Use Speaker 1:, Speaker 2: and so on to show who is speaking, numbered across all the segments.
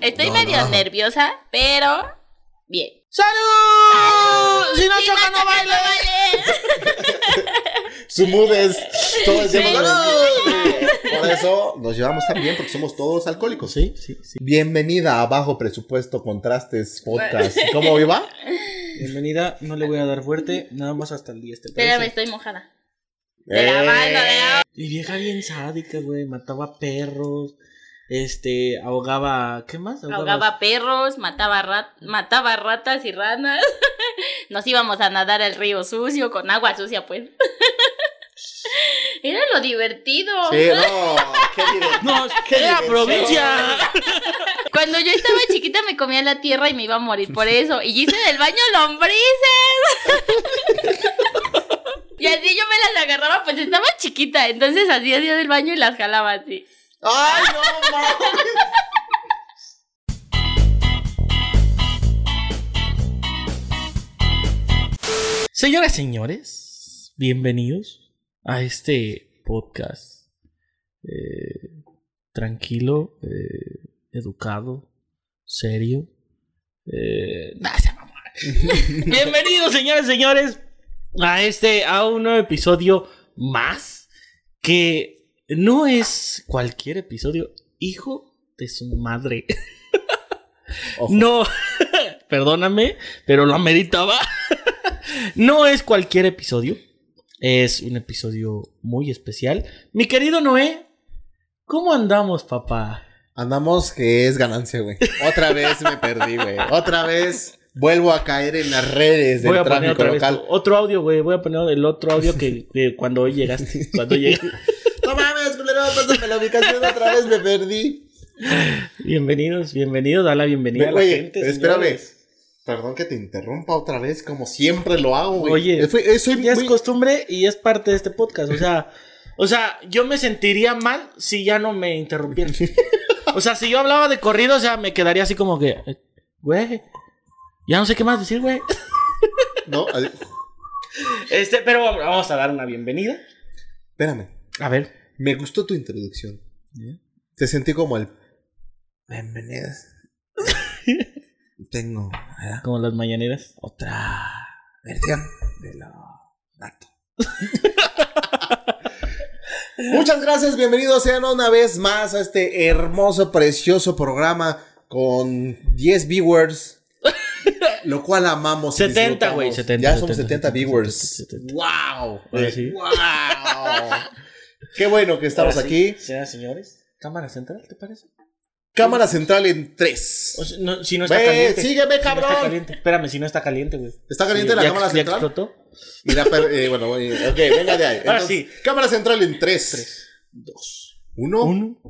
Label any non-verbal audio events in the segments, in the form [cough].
Speaker 1: Estoy
Speaker 2: No,
Speaker 1: medio
Speaker 2: no.
Speaker 1: nerviosa, pero bien.
Speaker 2: ¡Salud! Oh, Si no
Speaker 1: Sí,
Speaker 2: choca,
Speaker 1: macho,
Speaker 2: no baile.
Speaker 3: Su mood es todo el tiempo.
Speaker 1: Sí.
Speaker 3: "Salud". Por eso nos llevamos tan bien porque somos todos alcohólicos.
Speaker 2: Sí, sí, sí.
Speaker 3: Bienvenida a Bajo Presupuesto Contrastes Podcast. ¿Cómo viva?
Speaker 2: Bienvenida, no le voy a dar fuerte, nada más hasta el 10, ¿te
Speaker 1: Espérame,
Speaker 2: parece?
Speaker 1: estoy mojada. De
Speaker 3: Eh.
Speaker 1: la mano, de la
Speaker 2: Y vieja bien sádica, güey, mataba perros, este, ahogaba, ¿qué más?
Speaker 1: Ahogaba perros, mataba, rat- mataba ratas y ranas. [laughs] Nos íbamos a nadar al río sucio, con agua sucia, pues. [laughs] Era lo divertido.
Speaker 3: Sí, no, qué divertido.
Speaker 2: No,
Speaker 1: [laughs]
Speaker 3: ¡Qué
Speaker 2: era
Speaker 3: diversión!
Speaker 2: provincia.
Speaker 1: Cuando yo estaba chiquita me comía la tierra y me iba a morir por eso. Y hice del baño lombrices. Y así yo me las agarraba, pues estaba chiquita. Entonces así hacía del baño y las jalaba así.
Speaker 3: ¡Ay, no, mames!
Speaker 2: Señoras, señores, bienvenidos a este podcast eh, tranquilo, eh, educado, serio. Eh, nah, se mamó. bienvenidos, señoras, señores, a este a un nuevo episodio más que no es cualquier episodio, hijo de su madre.
Speaker 3: Ojo.
Speaker 2: No, [laughs] perdóname, pero lo ameritaba. [laughs] no es cualquier episodio. Es un episodio muy especial. Mi querido Noé, ¿cómo andamos, papá?
Speaker 3: Andamos que es ganancia, güey. Otra vez me perdí, güey. Otra vez vuelvo a caer en las redes
Speaker 2: Voy
Speaker 3: del
Speaker 2: a poner
Speaker 3: tráfico
Speaker 2: otra vez
Speaker 3: local.
Speaker 2: tu- otro audio, güey. Voy a poner el otro audio que,
Speaker 3: [laughs]
Speaker 2: que cuando hoy llegaste. Cuando llegaste.
Speaker 3: No mames, culero, pásame la ubicación otra vez, me perdí.
Speaker 2: bienvenidos, bienvenidos. Da la bienvenida a la
Speaker 3: Oye,
Speaker 2: gente.
Speaker 3: espérame.
Speaker 2: señores.
Speaker 3: Perdón que te interrumpa otra vez, como siempre lo hago, güey.
Speaker 2: Oye,
Speaker 3: Eh, fui- eh, soy
Speaker 2: Ya es
Speaker 3: muy-
Speaker 2: costumbre y es parte de este podcast. O sea, o sea, yo me sentiría mal si ya no me interrumpieran. O sea, si yo hablaba de corrido, o sea, me quedaría así como que, eh, güey, ya no sé qué más decir, güey.
Speaker 3: No, ay,
Speaker 2: Este, pero vamos a dar una bienvenida.
Speaker 3: espérame.
Speaker 2: A ver.
Speaker 3: Me gustó tu introducción. Te sentí como el.
Speaker 2: [laughs]
Speaker 3: Bienvenidas. Tengo ¿verdad?
Speaker 2: Como las mañaneras.
Speaker 3: otra versión de lo nato. [laughs] Muchas gracias, bienvenidos sean una vez más a este hermoso, precioso programa con 10 viewers. Lo cual amamos. y
Speaker 2: 70, güey,
Speaker 3: disfrutamos.
Speaker 2: 70,
Speaker 3: Ya somos 70,
Speaker 2: 70,
Speaker 3: viewers.
Speaker 2: 70.
Speaker 3: ¡Wow!
Speaker 2: Ahora sí.
Speaker 3: ¡Wow! Qué bueno que estamos
Speaker 2: Ahora sí,
Speaker 3: aquí.
Speaker 2: Señoras y señores, cámara central, ¿te parece?
Speaker 3: Cámara central en 3.
Speaker 2: O sea, no, si no está
Speaker 3: Ve,
Speaker 2: caliente.
Speaker 3: sígueme,
Speaker 2: Si no está
Speaker 3: cabrón.
Speaker 2: caliente. Espérame, si no está caliente, güey.
Speaker 3: ¿Está caliente
Speaker 2: Sí,
Speaker 3: la
Speaker 2: ya-
Speaker 3: cámara
Speaker 2: ya
Speaker 3: central?
Speaker 2: explotó.
Speaker 3: Mira, per- eh, bueno, eh, ok, venga de ahí.
Speaker 2: Ahora
Speaker 3: Entonces,
Speaker 2: sí.
Speaker 3: Cámara central en 3,
Speaker 2: Tres.
Speaker 3: 2, 1.
Speaker 2: Uno.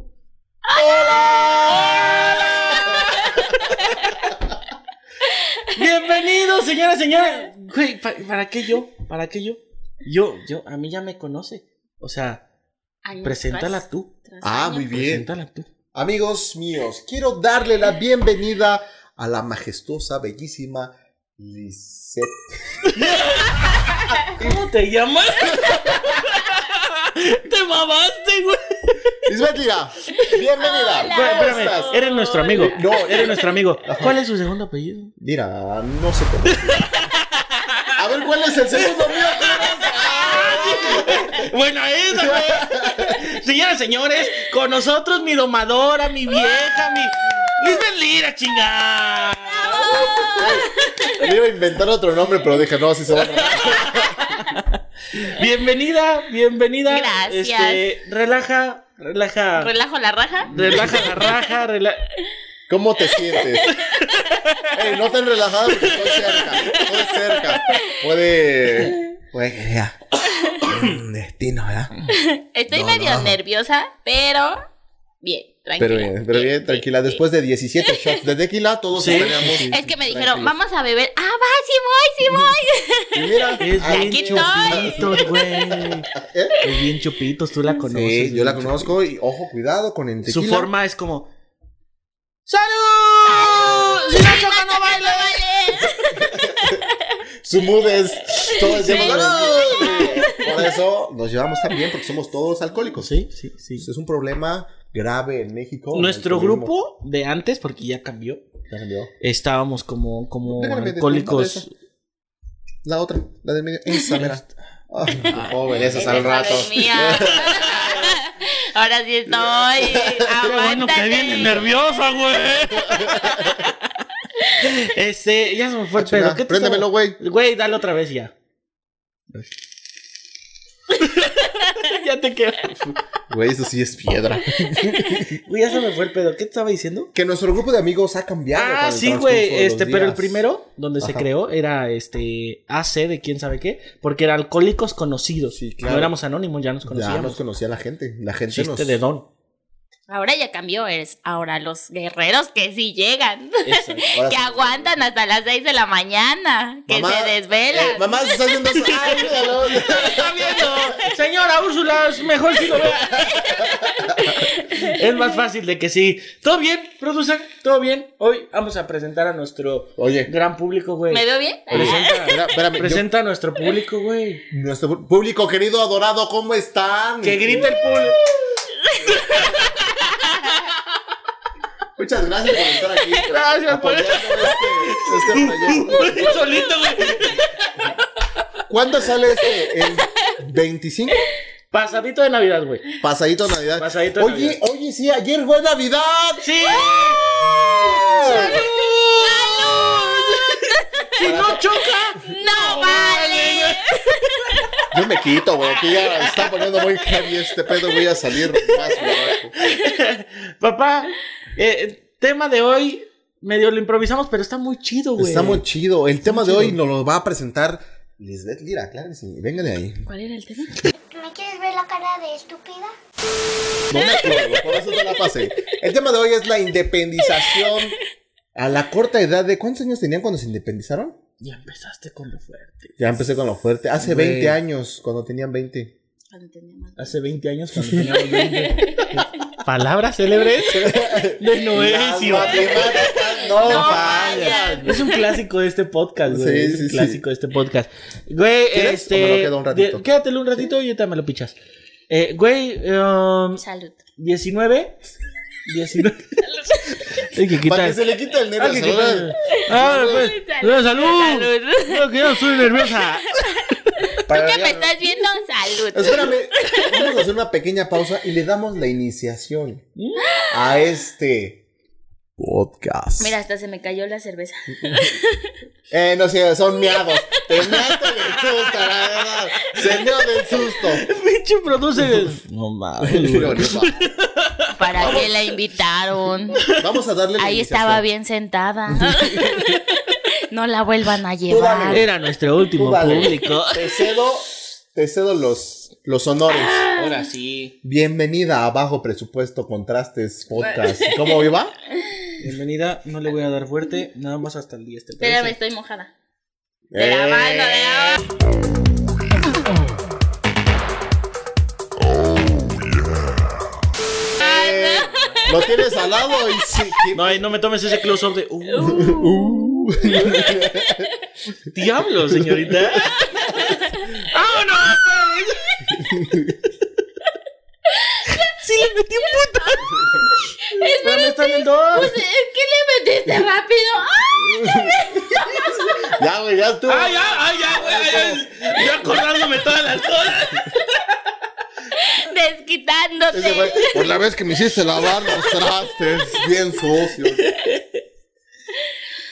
Speaker 2: Bienvenidos, señoras, señores. Güey, ¿pa- ¿para qué yo? ¿Para qué yo? Yo, yo, a mí ya me conoce. O sea,
Speaker 1: Años
Speaker 2: preséntala
Speaker 1: tras-
Speaker 2: tú.
Speaker 1: tras
Speaker 3: Ah,
Speaker 1: años.
Speaker 3: muy bien.
Speaker 2: Preséntala tú.
Speaker 3: Amigos míos, quiero darle la bienvenida a la majestuosa, bellísima Lisette.
Speaker 2: ¿Cómo te llamas? [laughs] te mamaste, güey.
Speaker 3: Lisbeth Lira, bienvenida.
Speaker 1: Hola.
Speaker 2: Güey,
Speaker 3: ¿Cómo
Speaker 2: espérame,
Speaker 3: estás?
Speaker 2: eres nuestro amigo.
Speaker 3: No,
Speaker 2: Eres nuestro amigo. ¿Cuál es su segundo apellido?
Speaker 3: Mira, no sé cómo. decir. A ver, ¿cuál es el segundo mío?
Speaker 2: [laughs] Bueno, esa, güey. Señoras, señores, con nosotros mi domadora, mi vieja, mi. Lisbeth Lira, chingada.
Speaker 3: Me iba a inventar otro nombre, pero dije, no, si se va a llamar.
Speaker 2: Bienvenida, bienvenida.
Speaker 1: Gracias.
Speaker 2: Este, relaja, relaja.
Speaker 1: Relajo la raja.
Speaker 2: relaja la raja, rela-
Speaker 3: ¿Cómo te sientes? Ey, no tan relajada porque estoy cerca. Estoy cerca. Puede. Puede que sea. Un destino, ¿verdad?
Speaker 1: Estoy
Speaker 3: No,
Speaker 1: medio
Speaker 3: no.
Speaker 1: nerviosa, pero bien, tranquila.
Speaker 3: Pero eh, bien, pero bien, tranquila. Después de 17 shots de tequila, todos
Speaker 2: Sí,
Speaker 3: estaríamos.
Speaker 2: sí, sí.
Speaker 1: Es que me
Speaker 3: tranquilos.
Speaker 1: dijeron, vamos a beber. Ah, va, sí voy, sí voy.
Speaker 3: Y mira,
Speaker 2: Es
Speaker 3: aquí-
Speaker 2: bien
Speaker 1: Aquí estoy.
Speaker 2: chupitos, güey.
Speaker 3: ¿eh?
Speaker 2: Es bien chupitos, tú la conoces.
Speaker 3: Sí, yo la
Speaker 2: güey.
Speaker 3: conozco y ojo, cuidado con el
Speaker 2: Su
Speaker 3: tequila.
Speaker 2: forma es como. ¡Salud! Si no
Speaker 1: [laughs]
Speaker 2: choca, no baila.
Speaker 3: Su mood es todo el
Speaker 2: Sí.
Speaker 3: tiempo.
Speaker 2: Sí.
Speaker 3: Por eso nos llevamos tan bien, porque somos todos alcohólicos.
Speaker 2: Sí, sí, sí.
Speaker 3: Eso es un problema grave en México.
Speaker 2: Nuestro
Speaker 3: El alcoholismo
Speaker 2: grupo de antes, porque ya cambió,
Speaker 3: ya cambió.
Speaker 2: estábamos como, como
Speaker 3: Déjame ver,
Speaker 2: alcohólicos.
Speaker 3: después La otra, la del medio. Esa, mira. Ah. Ay, qué joven, esas
Speaker 1: Ah, Esa
Speaker 3: al rato.
Speaker 1: es mía. ah. Ahora sí estoy.
Speaker 2: Qué bueno que viene
Speaker 1: Aguántate.
Speaker 3: [laughs]
Speaker 2: nerviosa, güey. este, ya se me fue el pedo.
Speaker 3: Chinga,
Speaker 2: ¿Qué
Speaker 3: Ah,
Speaker 2: te
Speaker 3: Préndemelo, güey.
Speaker 2: estaba- Güey, dale otra vez ya. [laughs] ya te quedo.
Speaker 3: Güey, eso sí es piedra.
Speaker 2: Güey, ya se me fue el pedo. ¿Qué te estaba diciendo?
Speaker 3: Que nuestro grupo de amigos ha cambiado. con
Speaker 2: Ah,
Speaker 3: el
Speaker 2: sí,
Speaker 3: transcurso
Speaker 2: güey.
Speaker 3: de los
Speaker 2: Este, pero el
Speaker 3: días.
Speaker 2: primero, donde se
Speaker 3: Ajá.
Speaker 2: creó, era este AC de quién sabe qué, porque era alcohólicos conocidos.
Speaker 3: Sí,
Speaker 2: No
Speaker 3: claro.
Speaker 2: éramos anónimos, ya nos
Speaker 3: Ya nos
Speaker 2: conocíamos.
Speaker 3: conocía la gente. La gente
Speaker 2: Chiste
Speaker 3: nos.
Speaker 2: de don.
Speaker 1: Ahora ya cambió. Es ahora los guerreros que sí llegan.
Speaker 2: Exacto.
Speaker 3: Ahora
Speaker 1: Que
Speaker 3: sí.
Speaker 1: aguantan hasta las 6 de la mañana. Que
Speaker 3: Mamá,
Speaker 1: se desvelan.
Speaker 3: eh, mamá, se está haciendo eso. Ay, míralo.
Speaker 2: está viendo. Señora Úrsula, es mejor si lo vea. Es más fácil de que sí. Todo bien, producen, todo bien. Hoy vamos a presentar a nuestro
Speaker 3: Oye,
Speaker 2: gran público, güey.
Speaker 1: ¿Me veo bien?
Speaker 3: presenta, espera, espérame, yo-
Speaker 2: Presenta a nuestro público, güey.
Speaker 3: nuestro público querido, adorado, ¿cómo están?
Speaker 2: Que grita el público.
Speaker 3: Muchas gracias por estar aquí.
Speaker 2: Gracias pues. por-
Speaker 3: apoyando este, este proyecto.
Speaker 2: Solito, güey.
Speaker 3: ¿Cuándo sale este? El 25.
Speaker 2: Pasadito de Navidad, güey.
Speaker 3: Pasadito de Navidad.
Speaker 2: Pasadito de
Speaker 3: oye,
Speaker 2: Navidad.
Speaker 3: oye, sí, ayer fue Navidad.
Speaker 2: Sí.
Speaker 1: ¡Salud!
Speaker 2: Si no choca.
Speaker 1: ¡No vale!
Speaker 3: Yo me quito, güey. Aquí ya está poniendo muy heavy este pedo. Voy a salir más borracho.
Speaker 2: Papá, eh, tema de hoy medio lo improvisamos, pero está muy chido, güey.
Speaker 3: Está muy chido. El tema de
Speaker 2: chido.
Speaker 3: hoy nos lo va a presentar Lisbeth Lira. Claro que sí. Véngale ahí.
Speaker 1: ¿Cuál era el tema?
Speaker 4: ¿Me quieres ver la cara de estúpida?
Speaker 3: No me acuerdo, por eso te la pasé. El tema de hoy es la independización a la corta edad de. ¿Cuántos años tenían cuando se independizaron?
Speaker 2: Ya empezaste con lo fuerte.
Speaker 3: Ya empecé con lo fuerte. Hace
Speaker 2: Güey.
Speaker 3: 20 años, cuando tenían 20.
Speaker 1: Cuando teníamos-
Speaker 2: Hace 20 años [laughs] cuando teníamos 20. Palabras célebres de
Speaker 3: Las matemáticas no,
Speaker 1: No
Speaker 3: fallan.
Speaker 1: fallan.
Speaker 2: Es un clásico de este podcast, güey.
Speaker 3: Sí,
Speaker 2: es
Speaker 3: sí,
Speaker 2: un
Speaker 3: sí.
Speaker 2: clásico de este podcast. Güey,
Speaker 3: ¿Quieres
Speaker 2: este.
Speaker 3: o me lo quedo un ratito?
Speaker 2: de- quédatelo un ratito y ahorita me lo pichas. Eh, güey, um,
Speaker 1: Salud.
Speaker 2: 19. 19.
Speaker 1: [laughs]
Speaker 2: Hay que
Speaker 3: Para
Speaker 2: quitar.
Speaker 3: que se le quita el
Speaker 2: Hay
Speaker 3: nervio.
Speaker 2: que
Speaker 3: celular.
Speaker 2: quitar. Ah, pues.
Speaker 1: Salud.
Speaker 2: ¡Salud! ¡Salud!
Speaker 1: Salud.
Speaker 2: No, que yo
Speaker 1: [laughs]
Speaker 2: estoy nerviosa. [laughs]
Speaker 3: Para
Speaker 1: ¿Qué me
Speaker 3: ya-
Speaker 1: estás viendo? Salud.
Speaker 3: Espérame, vamos a hacer una pequeña pausa y le damos la iniciación a este podcast.
Speaker 1: Mira, hasta se me cayó la cerveza.
Speaker 3: Eh, no sé, son miados. Te measte del susto, la verdad. Se meó del susto.
Speaker 2: Pinche produce. No mames. güey.
Speaker 1: ¿Para qué la invitaron?
Speaker 3: Vamos a darle la
Speaker 1: Ahí
Speaker 3: iniciación.
Speaker 1: estaba bien sentada. [laughs] No la vuelvan a
Speaker 3: dale.
Speaker 1: llevar.
Speaker 2: Era nuestro último
Speaker 3: Tú dale.
Speaker 1: [laughs]
Speaker 2: público.
Speaker 3: Te cedo, te cedo los, los honores.
Speaker 2: Ahora sí.
Speaker 3: Bienvenida a Bajo Presupuesto Contrastes Podcast. ¿Cómo iba?
Speaker 2: Bienvenida, no le voy a dar fuerte, nada más hasta el este. 10. ¿te parece?
Speaker 1: Espérame, estoy mojada. De la mano, de la mano.
Speaker 3: Eh, Lo tienes al lado y sí. que-
Speaker 2: No, ay, no me tomes ese close-up de. "Uh,
Speaker 3: Uh.
Speaker 2: ¡Diablo, señorita! ¡Vámonos! pues! ¡Sí le metí un puto! ¡Pero me están en dos!
Speaker 1: Pues, ¿Qué le metiste rápido? ¡Ah!
Speaker 3: Ya, güey, ya tú.
Speaker 2: ¡Ay, Ah, ya, ay, ya,
Speaker 1: ah,
Speaker 2: güey! ay, ay! Yo acordándome todas las cosas.
Speaker 3: Ese güey,
Speaker 1: Desquitándote.
Speaker 3: Por la vez que me hiciste lavar los trastes bien sucios.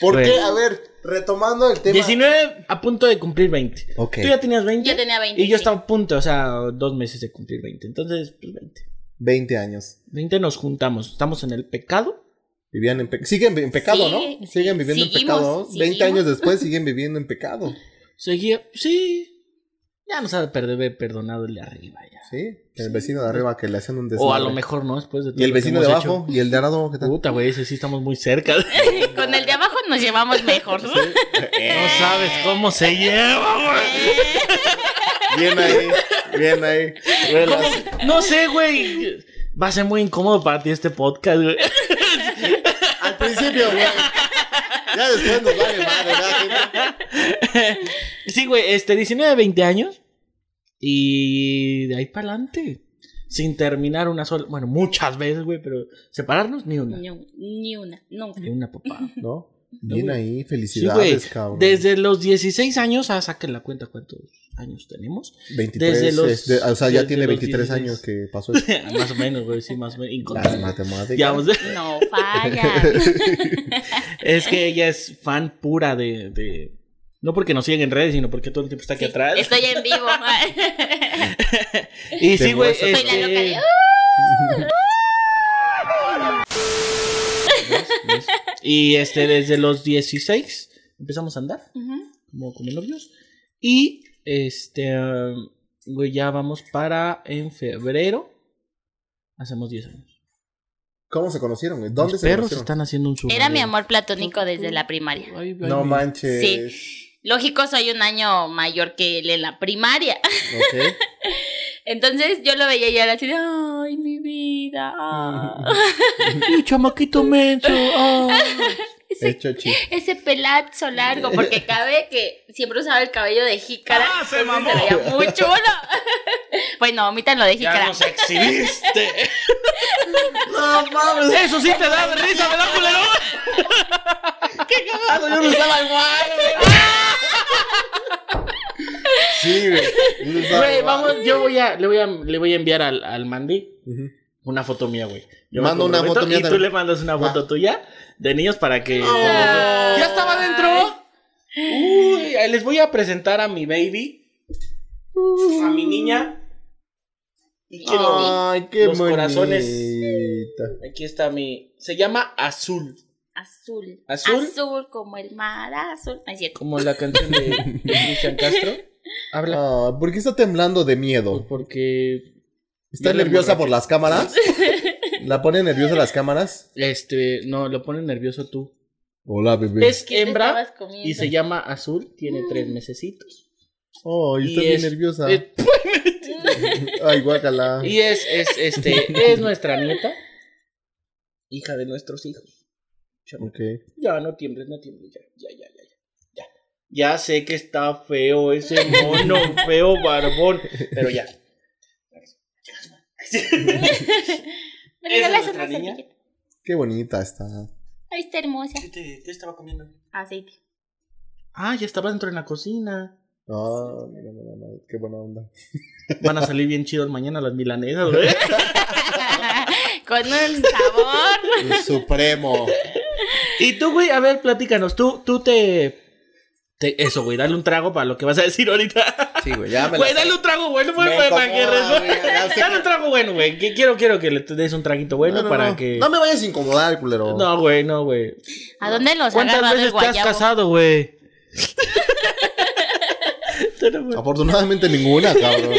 Speaker 3: ¿Por
Speaker 2: Bueno.
Speaker 3: qué? A ver, retomando el tema.
Speaker 2: 19 a punto de cumplir 20.
Speaker 3: Ok.
Speaker 2: Tú ya tenías 20.
Speaker 1: Yo tenía 20,
Speaker 2: Y yo
Speaker 1: sí.
Speaker 2: estaba a punto, o sea, dos meses de cumplir 20. Entonces, pues 20.
Speaker 3: 20 años.
Speaker 2: 20 nos juntamos. Estamos en el pecado.
Speaker 3: Vivían en pe- siguen en pecado,
Speaker 1: Sí,
Speaker 3: ¿no?
Speaker 1: sí,
Speaker 3: Siguen viviendo en
Speaker 1: seguimos,
Speaker 3: pecado. 20
Speaker 1: seguimos.
Speaker 3: años después siguen viviendo en pecado.
Speaker 2: Seguía, sí. Ya nos ha de perder perdonado el de arriba ya.
Speaker 3: ¿Sí? El vecino de arriba que le hacían un desmadre.
Speaker 2: O a lo mejor no, después de todo
Speaker 3: Y el
Speaker 2: lo que
Speaker 3: vecino de
Speaker 2: hemos
Speaker 3: abajo y el de arado, ¿qué
Speaker 2: hecho.
Speaker 3: tal?
Speaker 2: [laughs] Puta, güey, ese sí estamos muy cerca.
Speaker 1: [laughs]
Speaker 2: [laughs]
Speaker 1: Con el de abajo nos llevamos mejor. [laughs]
Speaker 2: No sabes cómo se lleva, güey.
Speaker 3: Bien ahí, bien ahí. Relax.
Speaker 2: No sé, güey. Va a ser muy incómodo para ti este podcast, güey. [laughs]
Speaker 3: Al principio, güey. Ya después nos vale madre, ¿verdad?
Speaker 2: Sí, güey, este, 19, 20 años. Y de ahí para adelante. Sin terminar una sola. Bueno, muchas veces, güey, pero separarnos ni una.
Speaker 1: Ni, un- ni una, nunca.
Speaker 2: Ni una, papá, ¿no?
Speaker 3: Bien
Speaker 2: güey.
Speaker 3: ahí,
Speaker 2: Sí, güey.
Speaker 3: felicidades, cabrón.
Speaker 2: Desde los 16 años, ah, saquen la cuenta cuántos años tenemos.
Speaker 3: 23,
Speaker 2: desde los-
Speaker 3: es eh, de- o sea, ya
Speaker 2: desde
Speaker 3: tiene
Speaker 2: los
Speaker 3: 23
Speaker 2: 16.
Speaker 3: años que pasó
Speaker 2: [laughs]
Speaker 3: esto.
Speaker 2: [laughs] más o menos, güey, sí, más o menos.
Speaker 3: Las
Speaker 2: Incontable.
Speaker 3: matemáticas.
Speaker 2: Ya, vamos-
Speaker 1: No fallan.
Speaker 2: es que ella es fan pura de, de- No porque nos siguen en redes, sino porque todo el tiempo está aquí
Speaker 1: Sí,
Speaker 2: atrás.
Speaker 1: Estoy en
Speaker 2: [laughs]
Speaker 1: vivo.
Speaker 2: Y sí,
Speaker 3: De
Speaker 2: güey.
Speaker 3: hueso.
Speaker 1: Soy la loca de, "Ah".
Speaker 2: este- ¿Ves? ¿Ves? Y este, desde los 16 empezamos a andar
Speaker 1: Ujú.
Speaker 2: como, como novios. Y este, um, güey, ya vamos para en febrero. Hacemos 10 años.
Speaker 3: ¿Cómo se conocieron? güey? ¿Dónde
Speaker 2: Mis
Speaker 3: se
Speaker 2: perros
Speaker 3: conocieron?
Speaker 2: están haciendo un subario.
Speaker 1: Era mi amor platónico desde la primaria.
Speaker 2: Ay, ay,
Speaker 3: No
Speaker 2: mi-
Speaker 3: manches.
Speaker 1: Sí. Lógico, soy un año mayor que él en la primaria.
Speaker 3: Ok.
Speaker 2: [laughs]
Speaker 1: Entonces yo lo veía y era así de, ay, mi vida. ah".
Speaker 2: [laughs] Ay, chamaquito menso. ah.
Speaker 1: Ese,
Speaker 3: Hecho chiste.
Speaker 1: ese pelazo largo, porque
Speaker 2: [laughs]
Speaker 1: cabe que siempre usaba el cabello de jícara.
Speaker 2: Ah, se
Speaker 1: entonces se veía Pues muy
Speaker 2: [laughs]
Speaker 1: chulo. bueno, omítanlo de
Speaker 2: Ya
Speaker 1: jícara.
Speaker 2: [laughs] nos exhibiste. no mames. Eso sí te da de risa, ¿verdad, culero? [laughs] Qué cagado, yo no estaba igual.
Speaker 3: Sí, güey. "Ah,
Speaker 2: Güey, vamos, yo voy a, le voy a, le voy a enviar al, al Mandy
Speaker 3: Ujú.
Speaker 2: una foto mía, güey. Yo
Speaker 3: Mando
Speaker 2: me
Speaker 3: una
Speaker 2: comprometo
Speaker 3: foto mía
Speaker 2: Y tú
Speaker 3: también.
Speaker 2: le mandas una foto tuya de niños para que.
Speaker 1: Ay.
Speaker 2: ¿Ya estaba dentro? Uy, les voy a presentar a mi baby, a mi niña. Y quiero.
Speaker 3: Ay, qué
Speaker 2: Los
Speaker 3: bonita.
Speaker 2: corazones. Aquí está mi. Se llama Azul.
Speaker 1: Azul.
Speaker 2: ¿Azul?
Speaker 1: Azul como el mar azul. No es cierto.
Speaker 2: Como la canción de Cristian Castro. Habla.
Speaker 3: Ah, ¿Por qué está temblando de
Speaker 2: pues,
Speaker 3: miedo?
Speaker 2: Porque.
Speaker 3: ¿Está
Speaker 2: Yo le
Speaker 3: nerviosa
Speaker 2: emborraché.
Speaker 3: por las
Speaker 2: [laughs]
Speaker 3: cámaras? ¿La pone nerviosa las cámaras?
Speaker 2: Este. No, lo pone nervioso tú.
Speaker 3: Hola, bebé.
Speaker 2: Es
Speaker 1: ¿Qué te
Speaker 2: hembra
Speaker 1: estabas comiendo?
Speaker 2: y se llama Azul. Tiene tres mesecitos.
Speaker 3: Oh,
Speaker 2: y
Speaker 3: está bien
Speaker 2: es-
Speaker 3: nerviosa. [laughs]
Speaker 2: Eh,
Speaker 3: Ay, guácala.
Speaker 2: Y es, es, este, es nuestra nieta. Hija de nuestros hijos. Chama-
Speaker 3: Ok.
Speaker 2: Ya, no tiembles, no tiembles. Ya, ya, ya, ya. Ya, ya Ya sé que está feo ese mono, feo barbón. Pero ya.
Speaker 1: ¿Me
Speaker 2: ¿Esa es
Speaker 1: regalas
Speaker 2: nuestra
Speaker 1: una
Speaker 2: niña?
Speaker 1: servilleta?
Speaker 3: Qué bonita está.
Speaker 1: Ahí está hermosa.
Speaker 2: ¿Qué, te- qué estaba comiendo? [laughs]
Speaker 1: Aceite.
Speaker 2: Ah, ya estaba dentro de la cocina.
Speaker 3: Ah, mira, mira, mira, qué buena onda.
Speaker 2: Van a salir bien chidos mañana las milanesas, güey.
Speaker 1: Con un sabor.
Speaker 3: El supremo.
Speaker 2: Y tú, güey, a ver, platícanos. Tú, tú te, te- Eso, güey, dale un trago para lo que vas a decir ahorita.
Speaker 3: Sí, güey, ya me la
Speaker 2: Güey, dale un trago bueno, güey,
Speaker 3: Me
Speaker 2: para, para que
Speaker 3: incomoda,
Speaker 2: resuelva.
Speaker 3: güey, ya [laughs] sé
Speaker 2: Dale
Speaker 3: que-
Speaker 2: un trago bueno, güey. que quiero, quiero que le te des un traguito bueno
Speaker 3: No, no,
Speaker 2: para
Speaker 3: no.
Speaker 2: que.
Speaker 3: No me vayas a incomodar, culero.
Speaker 2: No, güey, no, güey.
Speaker 1: ¿A dónde los ha
Speaker 2: ¿Cuántas
Speaker 1: agarrado el
Speaker 2: veces te has
Speaker 1: guayabo?
Speaker 3: [laughs]
Speaker 2: casado, güey? Tú no, güey.
Speaker 3: Afortunadamente ninguna, cabrón.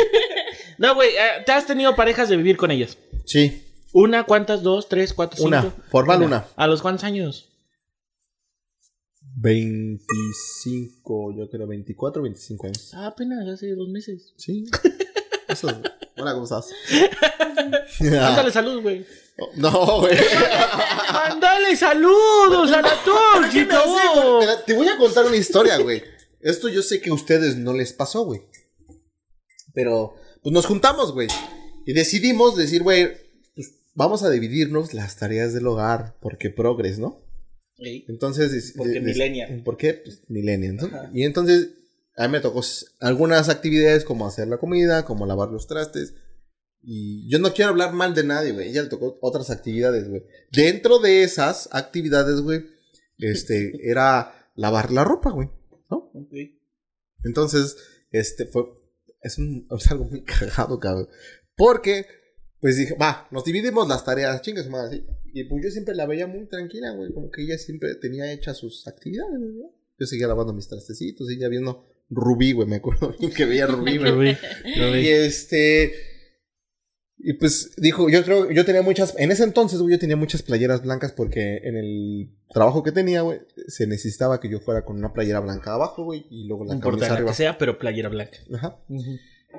Speaker 2: No, güey, eh, te has tenido parejas de vivir con ellas.
Speaker 3: Sí.
Speaker 2: ¿Una, cuántas? ¿Dos, tres, cuatro, cinco?
Speaker 3: Una. Formal una.
Speaker 2: ¿A los cuántos años?
Speaker 3: 25, yo creo 24, 25 años.
Speaker 2: Ah, apenas hace dos meses. [laughs]
Speaker 3: Sí. Eso. Hola, ¿cómo estás? [laughs] Ah.
Speaker 2: Ándale, salud, güey.
Speaker 3: No, güey.
Speaker 2: Ándale,
Speaker 3: [laughs]
Speaker 2: saludos a la tóxica, vos.
Speaker 3: Mira, Te voy a contar una historia, güey. Esto yo sé que a ustedes no les pasó, güey. Pero, pues nos juntamos, güey. Y decidimos decir, güey, pues, vamos a dividirnos las tareas del hogar. Porque progres, ¿no? Entonces. des-
Speaker 2: Porque
Speaker 3: des-
Speaker 2: millennial.
Speaker 3: ¿Por qué? Pues, millennial, ¿no?
Speaker 2: Ajá.
Speaker 3: Y entonces, a mí me tocó s- algunas actividades como hacer la comida, como lavar los trastes. Y yo no quiero hablar mal de nadie, güey. Ella le tocó otras actividades, güey. Dentro de esas actividades, güey,
Speaker 2: [laughs]
Speaker 3: este, era lavar la ropa, güey. Entonces, este fue. Es, un, [laughs] es algo muy cagado, cabrón. Porque, pues dije, va, nos dividimos las tareas, chingas, madre. ¿sí? Y pues yo siempre la veía muy tranquila, güey. Como que ella siempre tenía hechas sus actividades, güey. Yo seguía lavando mis trastecitos, ella viendo Rubí, güey. Me acuerdo [laughs] bien que veía Rubí, güey. Y este. Y pues dijo, yo creo, yo tenía muchas, en ese entonces, güey, yo tenía muchas playeras blancas porque en el trabajo que tenía, güey, se necesitaba que yo fuera con una playera blanca abajo, güey, y luego
Speaker 2: No
Speaker 3: la
Speaker 2: importa
Speaker 3: camisa
Speaker 2: la
Speaker 3: arriba.
Speaker 2: que sea, pero playera blanca.
Speaker 3: Ajá.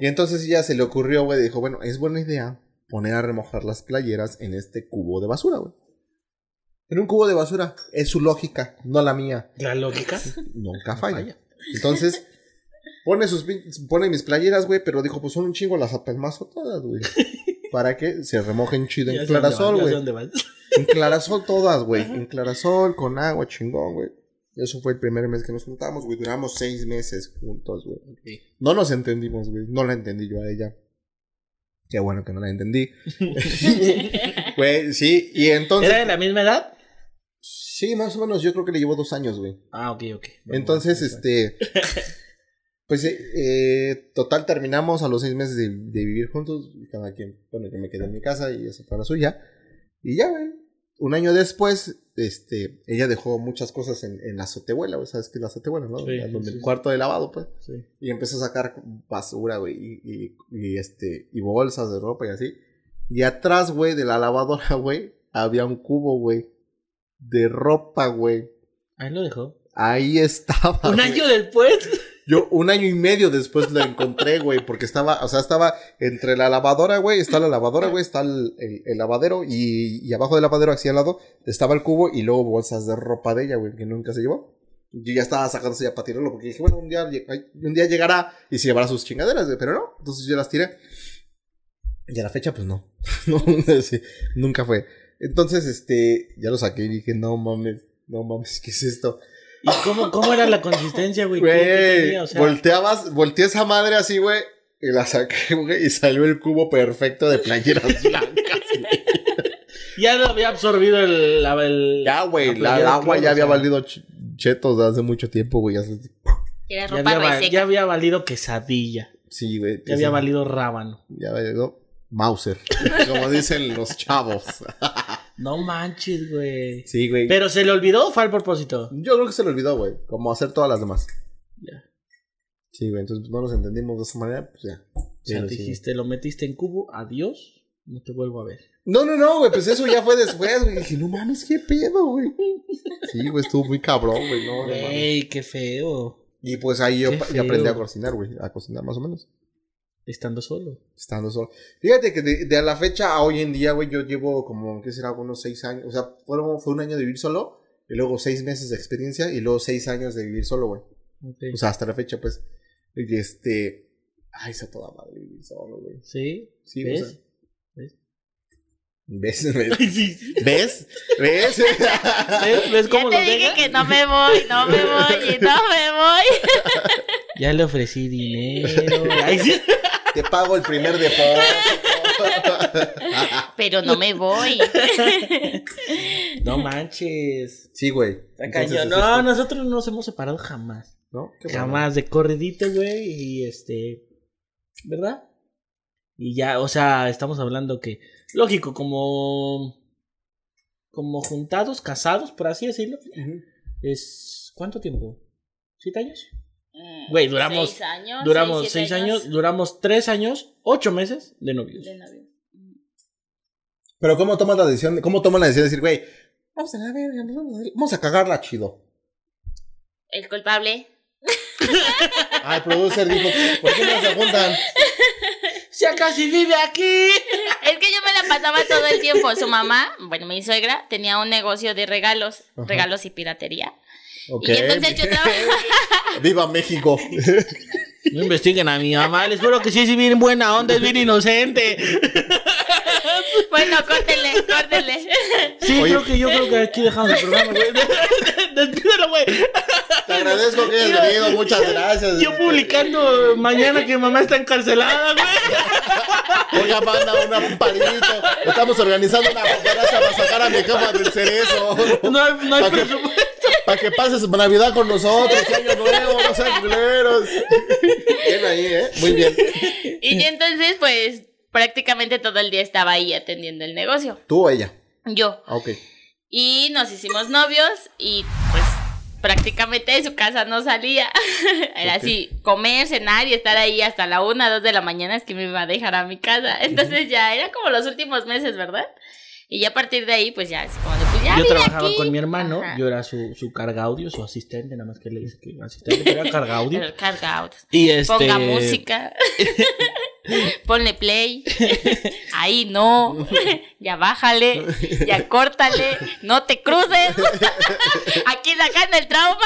Speaker 3: Y entonces ya se le ocurrió, güey, dijo, bueno, es buena idea poner a remojar las playeras en este cubo de basura, güey. En un cubo de basura, es su lógica, no la mía.
Speaker 2: La lógica.
Speaker 3: Nunca falla. Entonces, Pone, sus, pin- pone mis playeras, güey, pero dijo, pues son un chingo las apelmazo todas, güey. ¿Para que Se remojen chido
Speaker 2: Ya
Speaker 3: en
Speaker 2: sé dónde vas,
Speaker 3: clarasol,
Speaker 2: ya sé
Speaker 3: güey.
Speaker 2: dónde vas.
Speaker 3: En clarasol todas, güey. En clarasol, con agua, chingón, güey. Eso fue el primer mes que nos juntamos, güey. Duramos seis meses juntos, güey.
Speaker 2: [laughs]
Speaker 3: No nos entendimos, güey. No la entendí yo a ella. Qué bueno que no la entendí. Güey, sí. Y entonces...
Speaker 2: ¿Era de la misma edad?
Speaker 3: Sí, más o menos. Yo creo que le llevo dos años, güey.
Speaker 2: Ah, ok, ok.
Speaker 3: Entonces, este. Pues, eh, eh, total, terminamos a los seis meses de, de vivir juntos. Cada quien, bueno, yo me quedé en mi casa y ella se fue a la suya. Y ya, güey. Un año después, este, ella dejó muchas cosas en, en la azotehuela, güey. ¿Sabes qué es la azotehuela, no?
Speaker 2: Sí,
Speaker 3: Donde
Speaker 2: sí,
Speaker 3: el
Speaker 2: sí.
Speaker 3: cuarto de lavado, pues.
Speaker 2: Sí.
Speaker 3: Y empezó a sacar basura, güey, y, y- y, este, y bolsas de ropa y así. Y atrás, güey, de la lavadora, [laughs] güey, había un cubo, güey, de ropa, güey.
Speaker 2: Ahí lo dejó.
Speaker 3: Ahí estaba.
Speaker 2: Un
Speaker 3: güey.
Speaker 2: año después.
Speaker 3: Yo un año y medio después lo encontré, güey, porque estaba, o sea, estaba entre la lavadora, güey, está la lavadora, güey, está el, el- el lavadero y, y abajo del lavadero, hacia al lado, estaba el cubo y luego bolsas de ropa de ella, güey, que nunca se llevó. Yo ya estaba sacándose ya para tirarlo porque dije, bueno, un día, lleg- ay, un día llegará y se llevará sus chingaderas, güey, pero no, entonces yo las tiré. Y a la fecha, pues no, [laughs] no, sí, nunca fue. Entonces, este, ya lo saqué y dije, no mames, no mames, ¿qué es esto?
Speaker 2: ¿Y cómo, cómo era la consistencia, güey? ¿Qué- qué
Speaker 3: Güey,
Speaker 2: tenía? O sea,
Speaker 3: volteabas, volteé esa madre así, güey, y la saqué, [laughs] güey, y salió el cubo perfecto de
Speaker 2: [laughs]
Speaker 3: playeras blancas. güey.
Speaker 2: ya lo había absorbido el. la- el-
Speaker 3: ya, güey, la,
Speaker 2: la
Speaker 3: el
Speaker 2: playera,
Speaker 3: agua
Speaker 2: claro,
Speaker 3: ya
Speaker 2: o
Speaker 3: había
Speaker 2: sea,
Speaker 3: valido ch- chetos de hace mucho tiempo, güey. ya se-
Speaker 1: Era
Speaker 2: Ya
Speaker 1: ropa
Speaker 2: había, va- ya
Speaker 1: reseca.
Speaker 2: había valido quesadilla.
Speaker 3: Sí, güey.
Speaker 2: Ya había
Speaker 3: ese-
Speaker 2: valido rábano.
Speaker 3: Ya había llegado Mauser, [laughs] como dicen los chavos.
Speaker 2: No manches, güey.
Speaker 3: Sí, güey.
Speaker 2: Pero se le olvidó o fue al propósito.
Speaker 3: Yo creo que se le olvidó, güey, como hacer todas las demás.
Speaker 2: Ya.
Speaker 3: Sí, güey, entonces pues, no nos entendimos de esa manera, pues ya.
Speaker 2: O sea,
Speaker 3: Pero sí.
Speaker 2: dijiste, lo metiste en cubo, adiós. No te vuelvo a ver.
Speaker 3: No, no, no, güey, pues eso ya fue después, güey. Dije, no mames, qué pedo, güey. Sí, güey, estuvo muy cabrón, güey, no, no mames.
Speaker 2: Güey, qué feo.
Speaker 3: Y pues ahí yo
Speaker 2: Qué
Speaker 3: pa-
Speaker 2: feo.
Speaker 3: ya aprendí a cocinar, güey, a cocinar más o menos.
Speaker 2: Estando solo.
Speaker 3: Estando solo. Fíjate que de, de la fecha a hoy en día, güey, yo llevo como, ¿qué será? Unos seis años. O sea, fueron, fue un año de vivir solo, y luego seis meses de experiencia, y luego seis años de vivir solo, güey.
Speaker 2: Ok.
Speaker 3: O sea, hasta la fecha, pues. Y este. Ay, se toda madre vivir solo, güey.
Speaker 2: sí.
Speaker 3: Sí,
Speaker 2: ¿Ves?
Speaker 3: o sea.
Speaker 2: ¿Ves?
Speaker 3: ¿Ves? ¿Ves?
Speaker 2: [laughs] Sí.
Speaker 3: ¿Ves? ¿Ves?
Speaker 2: ¿Ves, ves cómo
Speaker 1: ya
Speaker 2: lo
Speaker 1: te dije
Speaker 2: deja?
Speaker 1: que no me voy, no me voy
Speaker 2: [laughs]
Speaker 1: y no me voy.
Speaker 2: Ya le ofrecí dinero. [laughs]
Speaker 3: [laughs]
Speaker 2: Ay, sí.
Speaker 3: Te pago el primer
Speaker 2: [laughs]
Speaker 3: depósito.
Speaker 1: Pero no me voy.
Speaker 2: No manches.
Speaker 3: sí, güey.
Speaker 2: Está
Speaker 3: Entonces,
Speaker 2: cañón.
Speaker 3: es
Speaker 2: No,
Speaker 3: esto,
Speaker 2: nosotros no nos hemos separado jamás.
Speaker 3: ¿no? Qué bueno.
Speaker 2: Jamás, de corridito, güey, y este, ¿verdad? Y ya, o sea, estamos hablando que, lógico, como, como juntados, casados, por así decirlo,
Speaker 3: Ujú.
Speaker 2: es, ¿cuánto tiempo? ¿Siete años? [laughs] Güey, duramos-
Speaker 1: Seis
Speaker 3: Ah,
Speaker 1: años,
Speaker 2: duramos
Speaker 1: siete
Speaker 2: seis años. duramos tres años, ocho meses de novios.
Speaker 1: de novio.
Speaker 3: Pero ¿cómo tomas la decisión? ¿Cómo tomas la decisión de decir, güey, vamos a la verga, nos vamos a, vamos a cagarla chido?
Speaker 1: El culpable.
Speaker 3: Ay, Ah, el producer dijo, ¿por qué no se juntan?
Speaker 2: ¡Ya casi vive aquí!
Speaker 1: Es que yo me la pasaba todo el tiempo. Su mamá, bueno, mi suegra, tenía un negocio de regalos,
Speaker 3: Ajá.
Speaker 1: regalos y piratería.
Speaker 3: Ok.
Speaker 1: Y entonces yo
Speaker 3: [laughs]
Speaker 1: trabajaba.
Speaker 3: Viva México. [laughs]
Speaker 2: No investiguen a mi mamá, les juro que sí es bien buena onda, es bien inocente.
Speaker 1: Bueno, córtele, córtele.
Speaker 2: Sí,
Speaker 3: Oye.
Speaker 2: creo que yo creo que aquí dejamos el programa, güey. [laughs] Despídelo, güey.
Speaker 3: Te agradezco que hayas venido, muchas gracias.
Speaker 2: Yo publicando mañana que mamá está encarcelada, güey.
Speaker 3: Oiga, manda una- un palito. Estamos organizando una cooperacha para sacar a mi jefa del cerezo.
Speaker 2: No hay, no hay
Speaker 3: Para que,
Speaker 2: presupuesto.
Speaker 3: [laughs] pa' que pases Navidad con nosotros, que año nuevo, no sean culeros. Bien ahí, ¿eh? Muy bien.
Speaker 1: Y entonces, pues, prácticamente todo el día estaba ahí atendiendo el negocio.
Speaker 3: Tú o ella.
Speaker 1: Yo.
Speaker 3: Ah, ok.
Speaker 1: Y nos hicimos novios y pues prácticamente de su casa no salía. [laughs] Era
Speaker 3: Ok.
Speaker 1: así, comer, cenar y estar ahí hasta la una, dos de la mañana es que me iba a dejar a mi casa. [laughs] Entonces ya era como los últimos meses, ¿verdad? Y ya a partir de ahí, pues ya, es como de, pues ya
Speaker 2: Yo
Speaker 1: vive
Speaker 2: trabajaba
Speaker 1: aquí.
Speaker 2: con mi hermano,
Speaker 1: Ajá.
Speaker 2: yo era su, su carga audio, su asistente, nada más que le dice que asistente, pero era carga audio.
Speaker 1: [laughs] Pero carga out.
Speaker 2: Y este.
Speaker 1: Ponga
Speaker 2: [laughs]
Speaker 1: música. Ponle play. [laughs] Ahí
Speaker 2: [laughs]
Speaker 1: no. Ya bájale. Ya córtale. No te
Speaker 2: [laughs]
Speaker 1: cruces. [laughs] Aquí sacando el trauma.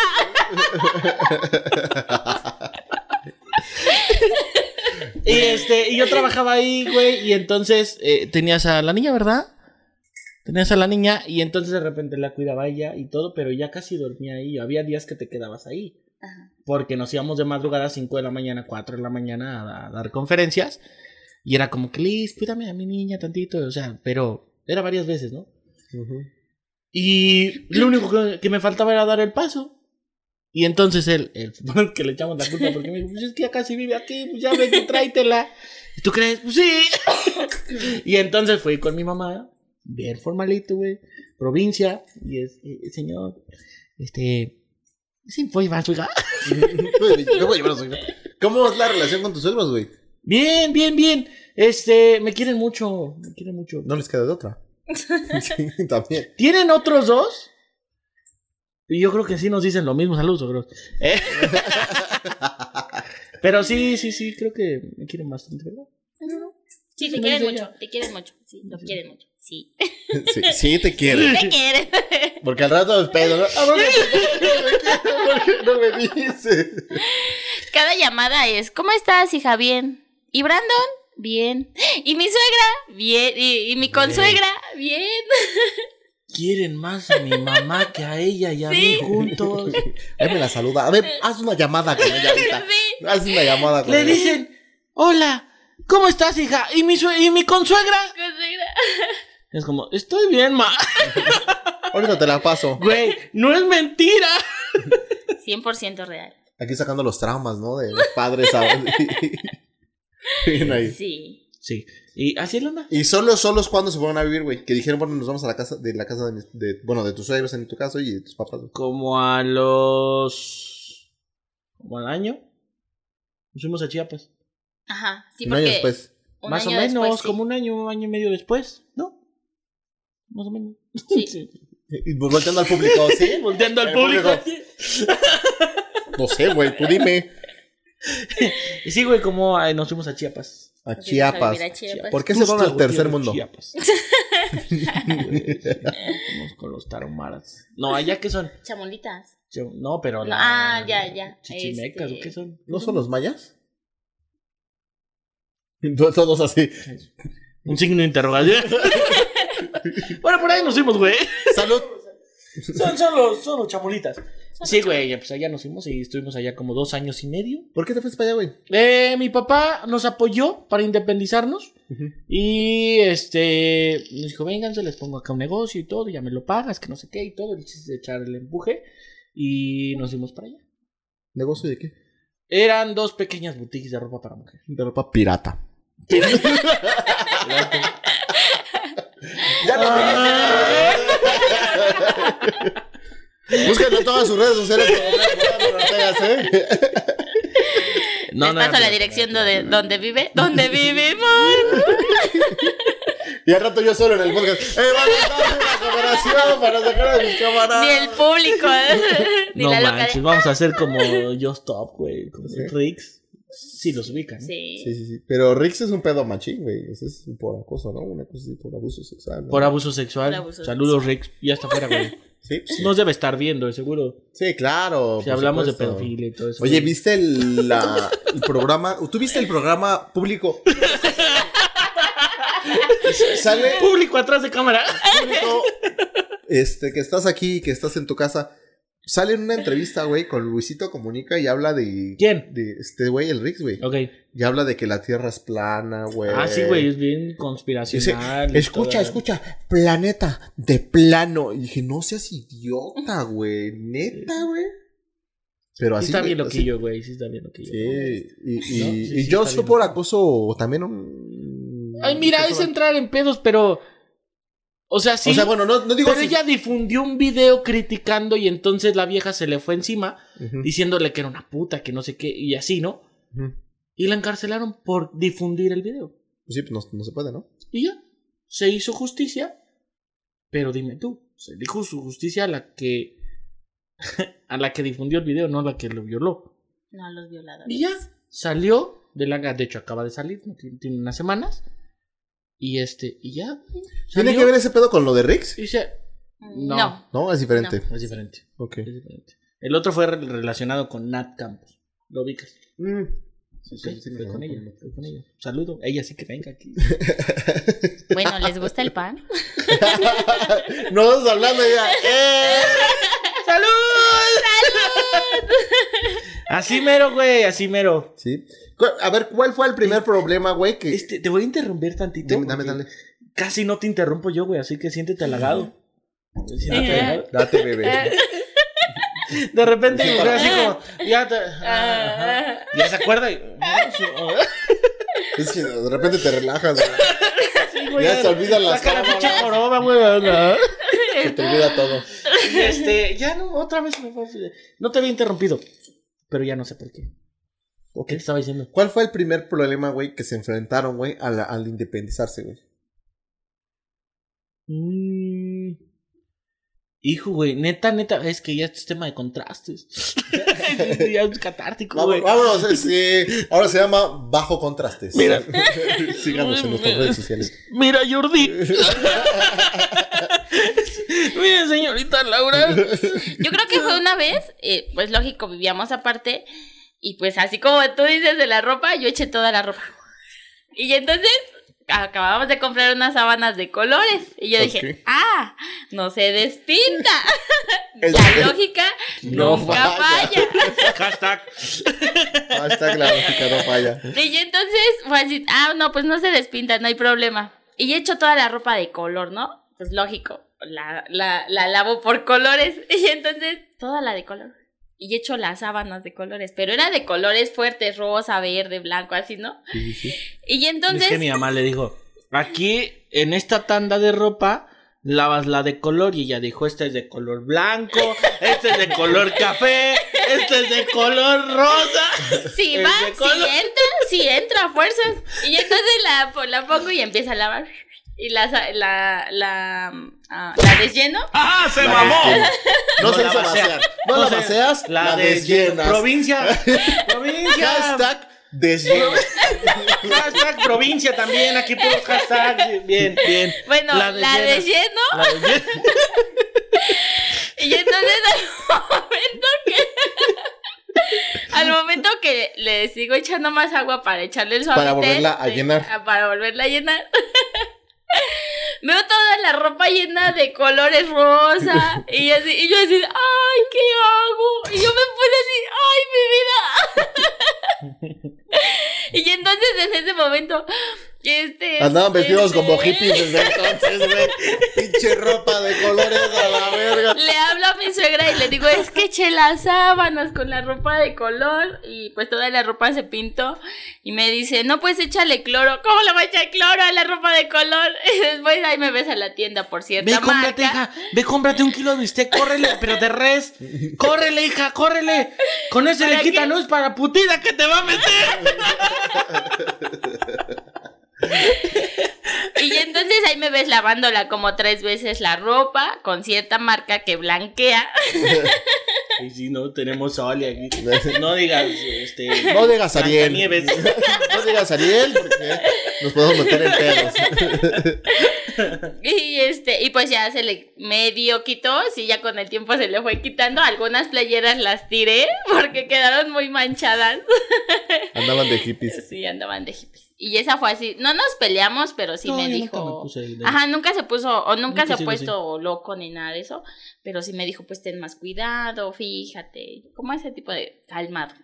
Speaker 2: Y este, y yo trabajaba ahí, güey, y entonces eh, tenías a la niña, ¿verdad? Tenías a la niña y entonces de repente la cuidaba ella y todo, pero ya casi dormía ahí. Había días que te quedabas ahí. Porque nos íbamos de madrugada a 5 de la mañana, 4 de la mañana a, a dar conferencias. Y era como que, Liz, cuídame a mi niña tantito. O sea, pero era varias veces, ¿no? Y lo único que, que me faltaba era dar el paso. Y entonces él, el que le echamos la culpa porque me dijo, pues es que ya casi vive aquí, pues ya vete, tráetela. ¿Y tú crees? Pues sí. [laughs] y entonces fui con mi mamá, bien formalito, güey, provincia, y es, eh, señor, este, sí, pues va a su hija.
Speaker 3: Me voy a llevar a su hija. ¿Cómo es la relación con tus suegros, güey?
Speaker 2: Bien, bien, bien. Este, me quieren mucho, me quieren mucho.
Speaker 3: No les queda de otra. Sí, también.
Speaker 2: ¿Tienen otros dos? Y yo creo que sí nos dicen lo mismo. Saludos, sogros. [laughs] Eh. Pero sí, sí, sí, creo que me quieren bastante, ¿verdad?
Speaker 1: Sí,
Speaker 2: Sí,
Speaker 1: te
Speaker 2: no
Speaker 1: quieren
Speaker 2: sé
Speaker 1: mucho, te quieren mucho. Sí, lo quieren mucho. Sí.
Speaker 3: [clears throat] Sí, sí te quieren.
Speaker 1: Te quieren. [laughs]
Speaker 3: Porque al rato es pedo. ¿no? Ah, no, no, no, no, no, no me dices.
Speaker 1: Cada llamada es, ¿cómo estás, hija? Bien. ¿Y Brandon? Bien. [gasps] ¿Y mi suegra? Bien. ¿Y, y mi consuegra? Bien. [laughs]
Speaker 2: Quieren más a mi mamá que a ella y a mí
Speaker 1: Sí.
Speaker 2: juntos.
Speaker 3: Ahí me la saluda. A ver, haz una llamada con ella ahorita.
Speaker 1: Sí.
Speaker 3: Haz una llamada con
Speaker 2: Le
Speaker 3: ella.
Speaker 2: dicen, hola, ¿cómo estás, hija? ¿Y mi, sue- y mi consuegra?
Speaker 1: Consuegra.
Speaker 2: Es como, estoy bien, ma. [laughs]
Speaker 3: Ahorita te la paso.
Speaker 2: Güey, no es mentira.
Speaker 1: 100% real.
Speaker 3: Aquí sacando los traumas, ¿no? De los padres. ¿sabes? [laughs] Bien ahí.
Speaker 1: Sí.
Speaker 2: Sí, y así es la onda.
Speaker 3: Y son los solos cuando se fueron a vivir, güey. Que dijeron, bueno, nos vamos a la casa de la casa de, mis- de- bueno, de tus suegros en tu caso y de tus papás. güey.
Speaker 2: Como a los. como al año. Nos fuimos a Chiapas.
Speaker 1: Ajá. Sí,
Speaker 3: Un año
Speaker 1: porque
Speaker 3: después.
Speaker 1: un
Speaker 2: Más o
Speaker 1: año
Speaker 2: menos,
Speaker 1: después, sí.
Speaker 2: como un año, un año y medio después, ¿no? Más o menos.
Speaker 1: Sí.
Speaker 3: Y pues, volteando al público, [laughs] ¿sí?
Speaker 2: Volteando al
Speaker 3: El
Speaker 2: público.
Speaker 3: No sé, güey, tú dime.
Speaker 2: Y sí, güey, como ay, nos fuimos a Chiapas.
Speaker 3: A
Speaker 1: Nos fuimos a
Speaker 3: Chiapas.
Speaker 1: vivir a Chiapas.
Speaker 3: ¿Por qué se fueron al
Speaker 2: Tuxtla,
Speaker 3: tercer
Speaker 2: Gutiérrez,
Speaker 3: mundo?
Speaker 2: Chiapas. Vamos pues. con los taromaras. No, allá qué son.
Speaker 1: Chamolitas.
Speaker 2: Yo- No, pero.
Speaker 1: No,
Speaker 2: la-
Speaker 1: ah, ya, ya.
Speaker 2: Chichimecas,
Speaker 1: Este-
Speaker 2: ¿o qué son?
Speaker 3: ¿No son los mayas? [laughs] Entonces, Todos así.
Speaker 2: Un signo
Speaker 1: [laughs]
Speaker 2: de interrogación. bueno, por ahí nos fuimos, güey.
Speaker 3: ¡Salud!
Speaker 2: Son, son los, son los chamolitas. Sí, güey, ya, pues allá nos fuimos y estuvimos allá como dos años y medio.
Speaker 3: ¿Por qué te fuiste para allá, güey?
Speaker 2: Eh, mi papá nos apoyó para independizarnos y este nos dijo, vénganse, les pongo acá un negocio y todo, y ya me lo pagas, que no sé qué y todo, el chiste de echar el empuje y nos fuimos para allá.
Speaker 3: ¿Negocio de qué?
Speaker 2: Eran dos pequeñas boutiques de ropa
Speaker 1: [laughs]
Speaker 2: para mujer.
Speaker 3: De ropa pirata. ya no. Búsquenlo en todas sus
Speaker 1: [laughs]
Speaker 3: redes sociales. como Ortega, ¿eh?
Speaker 1: Les paso la dirección donde, donde vive. [laughs] Donde vivimos.
Speaker 3: Y al rato yo solo en el podcast. ¡Eh, vamos a dar una cooperación para sacar a mis
Speaker 1: Ni el
Speaker 3: camaradas!
Speaker 1: público. [laughs] Ni
Speaker 2: No
Speaker 1: la loca
Speaker 2: manches,
Speaker 1: de...
Speaker 2: vamos a hacer como Just Stop, güey, como Rix. Sí, los ubican. ¿eh?
Speaker 1: Sí.
Speaker 3: Sí, sí, sí. Pero Rix es un pedo machín, güey. Ese es por acoso, ¿no? Una cosa así, por abuso sexual. ¿no?
Speaker 2: Por abuso sexual.
Speaker 1: Por abuso
Speaker 2: Saludos, Rix. Ya está
Speaker 1: [laughs]
Speaker 2: fuera, güey.
Speaker 3: Sí, sí.
Speaker 2: Nos debe estar viendo, de seguro.
Speaker 3: Sí, claro.
Speaker 2: Si
Speaker 3: por
Speaker 2: hablamos de
Speaker 3: supuesto.
Speaker 2: pedofilia y todo eso.
Speaker 3: Oye, ¿viste el, la- el programa? ¿Tú viste el programa público? Sale
Speaker 2: público atrás de cámara.
Speaker 3: público, este, que estás aquí, que estás en tu casa. Sale en una entrevista, güey, con Luisito Comunica y habla de...
Speaker 2: ¿Quién?
Speaker 3: De este güey, el Rix, güey.
Speaker 2: Ok.
Speaker 3: Y habla de que la Tierra es plana, güey.
Speaker 2: Ah, sí, güey, es bien
Speaker 3: Dice,
Speaker 2: conspiracional. y
Speaker 3: escucha,
Speaker 2: todo.
Speaker 3: escucha, planeta de plano. Y dije, no seas idiota, güey. Neta, güey. Pero
Speaker 2: Sí
Speaker 3: así.
Speaker 2: está
Speaker 3: güey,
Speaker 2: bien
Speaker 3: así-
Speaker 2: loquillo, güey. Sí está bien loquillo.
Speaker 3: Sí, y, y,
Speaker 2: ¿No? Sí, sí,
Speaker 3: y yo
Speaker 2: está
Speaker 3: soy
Speaker 2: bien.
Speaker 3: por acoso también Mm, un...
Speaker 2: Ay, mira, es entrar en pedos, pero. O sea, sí.
Speaker 3: O sea, bueno, no, no digo...
Speaker 2: pero
Speaker 3: si-
Speaker 2: ella difundió un video criticando y entonces la vieja se le fue encima
Speaker 3: Ujú,
Speaker 2: diciéndole que era una puta, que no sé qué, y así, ¿no?
Speaker 3: ujú.
Speaker 2: Y la encarcelaron por difundir el video.
Speaker 3: Pues sí, pues no, no se puede, ¿no?
Speaker 2: Y ya, se hizo justicia, pero dime tú, se dijo su justicia a la que [laughs] a la que difundió el video, no a la que lo violó.
Speaker 1: No, los violadores.
Speaker 2: Y ya, salió de la de hecho acaba de salir, no tiene, tiene unas semanas. Y este, y ya.
Speaker 3: ¿Tiene
Speaker 2: salió,
Speaker 3: que ver ese pedo con lo de Rix?
Speaker 2: y se- No.
Speaker 1: No.
Speaker 3: No, es diferente.
Speaker 2: es diferente,
Speaker 3: Ok.
Speaker 2: es diferente. El otro fue re- relacionado con Nat Campos. Lo ubicas.
Speaker 3: Mm, Sí,
Speaker 2: Sí,
Speaker 3: sí, sí,
Speaker 2: fue
Speaker 3: me
Speaker 2: con
Speaker 3: mamó
Speaker 2: ella,
Speaker 3: [laughs] con-
Speaker 2: fue con ella. Saludo. Ella sí que
Speaker 3: [laughs]
Speaker 2: venga aquí.
Speaker 1: Bueno, ¿les gusta el pan?
Speaker 3: no estamos hablando ya.
Speaker 2: [laughs]
Speaker 3: ¡Eh!
Speaker 2: ¡Salud! [laughs] Así mero, güey, así mero.
Speaker 3: Sí. Cu- A ver, ¿cuál fue el primer problema, güey? Que...
Speaker 2: Este, te voy a interrumpir tantito.
Speaker 3: Dame, dame,
Speaker 2: porque
Speaker 3: dale.
Speaker 2: Casi no te interrumpo yo, güey, así que siéntete halagado. Siéntete
Speaker 1: Ajá.
Speaker 2: halagado.
Speaker 3: Date, bebé.
Speaker 2: Eh. De repente,
Speaker 3: Sí,
Speaker 2: güey,
Speaker 3: para-
Speaker 2: así como, ya te- ah, ajá. Ya se acuerda. y- sí,
Speaker 3: Es que de repente te relajas,
Speaker 2: [laughs]
Speaker 3: güey.
Speaker 2: güey,
Speaker 3: Ya se olvidan las
Speaker 2: Saca la
Speaker 3: cámaras.
Speaker 2: pinche joroba, güey.
Speaker 3: [laughs]
Speaker 2: ajá.
Speaker 3: Se te olvida todo.
Speaker 2: Y este, ya no, otra vez me fue. No te había interrumpido, pero ya no sé por qué. ¿O qué te estaba diciendo?
Speaker 3: ¿Cuál fue el primer problema, güey, que se enfrentaron, güey, al, al independizarse, güey?
Speaker 2: Mm. Hijo, güey, neta, neta, es que ya este es tema de contrastes. [laughs] ya es catártico, güey.
Speaker 3: Vámonos, vámonos, es, eh, ahora se llama Bajo Contrastes.
Speaker 2: Mira.
Speaker 3: [laughs] Síganos en nuestras redes sociales.
Speaker 2: Mira, Jordi.
Speaker 3: [laughs]
Speaker 2: Mira, señorita Laura.
Speaker 1: Yo creo que fue una vez, eh, pues lógico, vivíamos aparte. Y pues así como tú dices de la ropa, yo eché toda la ropa. Y entonces acabábamos de comprar unas sábanas de colores. Y yo
Speaker 3: Ok.
Speaker 1: dije, ah, no se despinta.
Speaker 3: El-
Speaker 1: La lógica
Speaker 2: No
Speaker 1: nunca falla.
Speaker 2: Hashtag.
Speaker 3: Hashtag la lógica no falla.
Speaker 1: Y yo entonces fue así, ah, no, pues no se despinta, no hay problema. Y yo echo toda la ropa de color, ¿no? Pues lógico, la, la, la lavo por colores. [laughs] Y entonces, toda la de color. Y echo las sábanas de colores, pero era de colores fuertes, rosa, verde, blanco, así, ¿no?
Speaker 3: Sí, sí, sí.
Speaker 1: Y
Speaker 2: Es que mi
Speaker 1: entonces,
Speaker 2: mamá le dijo: aquí, en esta tanda de ropa. Lavas la de color y ella dijo, esta es de color blanco, esta es de color café, esta es de color rosa.
Speaker 1: si
Speaker 2: es
Speaker 1: va,
Speaker 2: de
Speaker 1: si
Speaker 2: color.
Speaker 1: entra, si entra, a fuerzas. Y entonces la, po- la pongo y empieza a lavar. Y la, sa- la, la, ah, la deslleno
Speaker 2: ¡Ah, se
Speaker 3: La desquina. No se hizo vaciar. No la
Speaker 2: se-
Speaker 3: vacias, la
Speaker 2: desllena.
Speaker 3: desllenas.
Speaker 2: Provincia.
Speaker 3: [laughs]
Speaker 2: provincia.
Speaker 3: Hashtag desllenas.
Speaker 2: Hashtag provincia también. Aquí puros hashtags. Bien, bien.
Speaker 1: Bueno, la,
Speaker 2: desllena.
Speaker 1: deslleno.
Speaker 2: La [laughs] desllena.
Speaker 1: Y entonces al momento que al momento que le sigo echando más agua para echarle el suavitel
Speaker 3: Para volverla a
Speaker 1: sí,
Speaker 3: llenar.
Speaker 1: ah, Para volverla a llenar. Veo toda la ropa llena de colores rosa y así y yo así, "Ay, ¿qué hago?" Y yo me puse así, "Ay, mi vida."
Speaker 3: [laughs]
Speaker 1: y entonces en ese momento este
Speaker 3: Andaban vestidos
Speaker 1: este,
Speaker 3: como hippies desde entonces, güey. Pinche ropa de colores a la verga.
Speaker 1: Le hablo a mi suegra y le digo, es que eché las sábanas con la ropa de color y pues toda la ropa se pintó y me dice, no, pues échale cloro. ¿Cómo le voy a echar cloro a la ropa de color? [laughs] Y después ahí me ves a la tienda por
Speaker 2: Ve,
Speaker 1: cierta
Speaker 2: cómprate,
Speaker 1: marca.
Speaker 2: hija. Ve, cómprate un kilo de bistec. Córrele, pero de res. Córrele, hija, córrele. Con eso le
Speaker 1: ¿Para
Speaker 2: quita
Speaker 1: qué?
Speaker 2: luz para putida que te va a meter.
Speaker 1: Y entonces ahí me ves lavándola como tres veces la ropa con cierta marca que blanquea. [laughs]
Speaker 2: Y si no tenemos a Oli aquí. No digas,
Speaker 3: [laughs]
Speaker 2: este.
Speaker 3: No digas Ariel.
Speaker 2: Blancanieves.
Speaker 3: No digas Ariel porque nos podemos meter en pedos.
Speaker 1: Y este, y pues ya se le medio quitó, sí, ya con el tiempo se le fue quitando. Algunas playeras las tiré [laughs] porque quedaron muy manchadas.
Speaker 3: Andaban de hippies.
Speaker 1: Sí, andaban de hippies. Y esa fue así. No nos peleamos, pero sí
Speaker 2: No,
Speaker 1: me
Speaker 2: yo
Speaker 1: dijo.
Speaker 2: nunca me puse ahí,
Speaker 3: "Ah".
Speaker 2: la
Speaker 1: Ajá, nunca se puso, o nunca,
Speaker 2: Nunca
Speaker 1: se
Speaker 2: sí,
Speaker 1: ha
Speaker 2: no,
Speaker 1: puesto loco ni nada de eso. Pero sí me dijo, pues ten más cuidado, fíjate. Como ese tipo de calmado.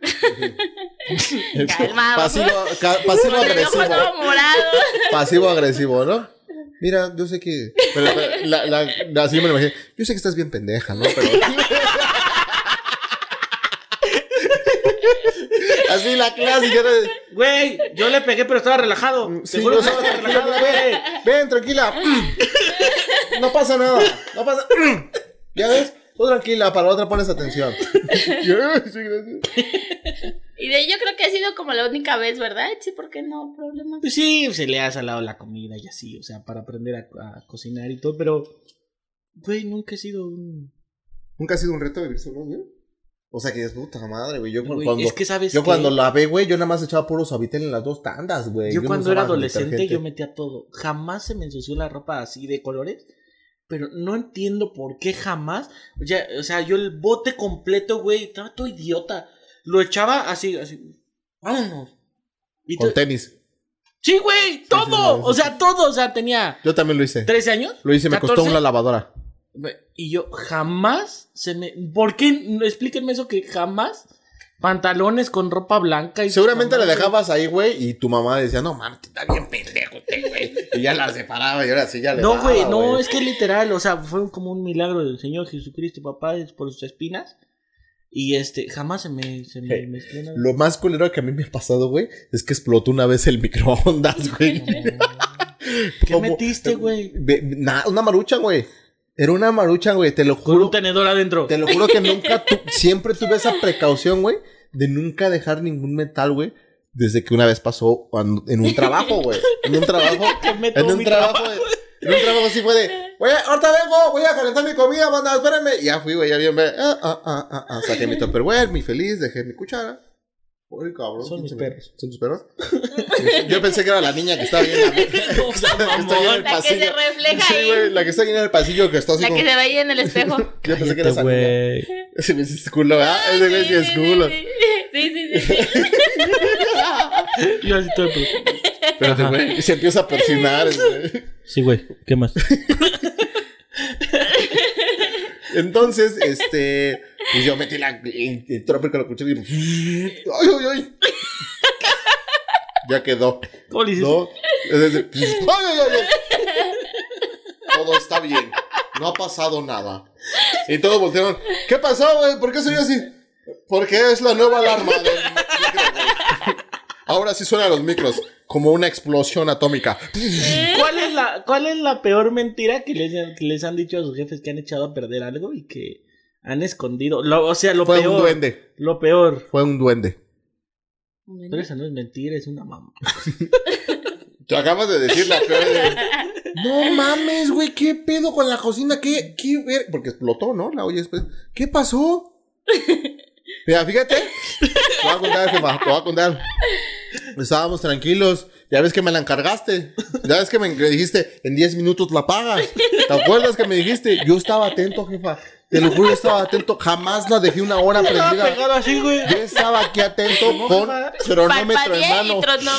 Speaker 1: Calmado.
Speaker 3: Pasivo, ca- pasivo
Speaker 1: Con el ojo
Speaker 3: agresivo.
Speaker 1: todo morado.
Speaker 3: Pasivo agresivo, ¿no? Mira, yo sé que. Pero, pero, la, la, la- así yo me lo imaginé. Yo sé que estás bien pendeja, ¿no? Pero. [laughs] Así la clásica. ¿no?
Speaker 2: Güey, yo le pegué, pero estaba relajado.
Speaker 3: Mm, sí,
Speaker 2: Seguro
Speaker 3: yo
Speaker 2: que estaba
Speaker 3: [laughs] estaba
Speaker 2: relajado, güey.
Speaker 3: Ven, tranquila. No pasa nada. No pasa. [clears throat] ¿Ya ves? Tú tranquila, para la otra pones atención. Sí, gracias.
Speaker 1: Y de ahí yo creo que ha sido como la única vez, ¿verdad? Sí, ¿por qué no? Problema.
Speaker 2: Pues sí, se le ha salado la comida y así, o sea, para aprender a, a cocinar y todo, pero. Güey, nunca he sido un.
Speaker 3: Nunca ha sido un reto vivir solo, güey. O sea que es puta madre, güey. Yo cu-
Speaker 2: Güey,
Speaker 3: cuando,
Speaker 2: es que sabes
Speaker 3: yo
Speaker 2: qué?
Speaker 3: cuando la ve, güey, yo nada más echaba puro suavitel en las dos tandas, güey.
Speaker 2: Yo
Speaker 3: no
Speaker 2: cuando era
Speaker 3: usaba
Speaker 2: adolescente
Speaker 3: detergente.
Speaker 2: yo metía todo. Jamás se me ensució la ropa así de colores. Pero no entiendo por qué jamás. Ya, o sea, yo el bote completo, güey, estaba todo idiota. Lo echaba así, así. Vámonos. Y tú-
Speaker 3: Con tenis.
Speaker 2: Sí, güey, todo.
Speaker 3: sí, sí.
Speaker 2: o sea, todo. O sea, tenía
Speaker 3: Yo también lo hice.
Speaker 2: 13 años.
Speaker 3: Lo hice, me costó
Speaker 2: 14.
Speaker 3: una lavadora.
Speaker 2: Y yo jamás se me. ¿Por qué? Explíquenme eso que jamás. Pantalones con ropa blanca. Y
Speaker 3: Seguramente la
Speaker 2: jamás-
Speaker 3: dejabas ahí, güey, y tu mamá decía, no, mames, está bien pendejo usted, güey. Y ya la separaba y ahora sí ya le
Speaker 2: No,
Speaker 3: daba,
Speaker 2: güey, no, es que literal, o sea, fue como un milagro del Señor Jesucristo, papá, es por sus espinas. Y este, jamás se me, se me
Speaker 3: Hey,
Speaker 2: mezcló nada.
Speaker 3: Eh, Lo más culero que a mí me ha pasado, güey, es que explotó una vez el [laughs] microondas, güey. [laughs]
Speaker 2: ¿Qué metiste, güey?
Speaker 3: Ve- na- una marucha, güey. Era una marucha, güey, te lo
Speaker 2: Con un
Speaker 3: juro.
Speaker 2: tenedor adentro.
Speaker 3: Te lo juro que nunca, tu- siempre tuve esa precaución, güey, de nunca dejar ningún metal, güey. Desde que una vez pasó cuando- en un trabajo, güey. En un trabajo.
Speaker 2: Que
Speaker 1: [laughs]
Speaker 2: meto
Speaker 3: En un
Speaker 2: mi
Speaker 3: trabajo.
Speaker 2: trabajo.
Speaker 3: de- en un trabajo así fue de, güey, ahorita vengo, voy a calentar mi comida, banda, espérenme. Y ya fui, güey, ya bien, güey. Ah, ah, ah, ah, ah.
Speaker 1: [laughs]
Speaker 3: Saqué mi tupperware, mi feliz, dejé mi cuchara. Uy, cabrón.
Speaker 2: Son mis
Speaker 3: ¿quién se me-
Speaker 2: perros.
Speaker 3: ¿Son tus perros? [laughs] Yo pensé que era la niña que estaba ahí en la que
Speaker 1: [laughs]
Speaker 3: [laughs] estaba ahí en el
Speaker 1: La que se
Speaker 3: pasillo.
Speaker 1: refleja
Speaker 3: Sí, güey,
Speaker 1: ahí.
Speaker 3: la que está ahí en el pasillo que está así
Speaker 1: La
Speaker 3: como...
Speaker 1: que se veía en el espejo.
Speaker 3: Yo pensé que era esa niña.
Speaker 2: güey.
Speaker 3: [laughs] Ese güey sí es culo, ¿verdad? Ese güey sí es culo.
Speaker 1: Sí, sí, sí. sí.
Speaker 2: Yo así todo. pues,
Speaker 3: Espérate, güey. Y se empieza a persinar,
Speaker 1: [laughs]
Speaker 3: güey.
Speaker 2: Sí, güey, ¿qué más?
Speaker 3: Entonces, este. Pues yo metí la, el, el trópico a la cuchara y. ¡Ay, ay, ay! Ya quedó.
Speaker 2: ¿Cómo le hiciste?
Speaker 3: ¿No? Es decir, ¡Ay, ay, ay! ay. Todo está bien. No ha pasado nada. Y todos voltearon. ¿Qué pasó, güey? ¿Por qué soy así? Porque es la nueva alarma del micro, güey. Ahora sí suenan los micros. Como una explosión atómica.
Speaker 2: ¿Cuál es la, cuál es la peor mentira que les, que les han dicho a sus jefes que han echado a perder algo y que han escondido? Lo- o sea, lo
Speaker 3: Fue
Speaker 2: peor.
Speaker 3: un duende.
Speaker 2: Lo peor.
Speaker 3: Fue un duende.
Speaker 2: Pero esa no es mentira, es una mamá.
Speaker 3: Te acabas de decir la peor de- [laughs] No mames, güey, ¿qué pedo con la cocina? ¿Qué, qué ver? Porque explotó, ¿no? La olla después. ¿Qué pasó? Mira, fíjate. Te voy a contar, jefa, te voy a contar. Estábamos tranquilos. Ya ves que me la encargaste. Ya ves que me que dijiste, en 10 minutos la pagas. ¿Te acuerdas que me dijiste? Yo estaba atento, jefa. Te lo juro, estaba atento. Jamás la dejé una hora
Speaker 2: Estaba
Speaker 3: prendida.
Speaker 2: pegado así, güey.
Speaker 3: Yo estaba aquí atento con cronómetro en
Speaker 1: Parpadeé
Speaker 3: mano.
Speaker 1: y tronó.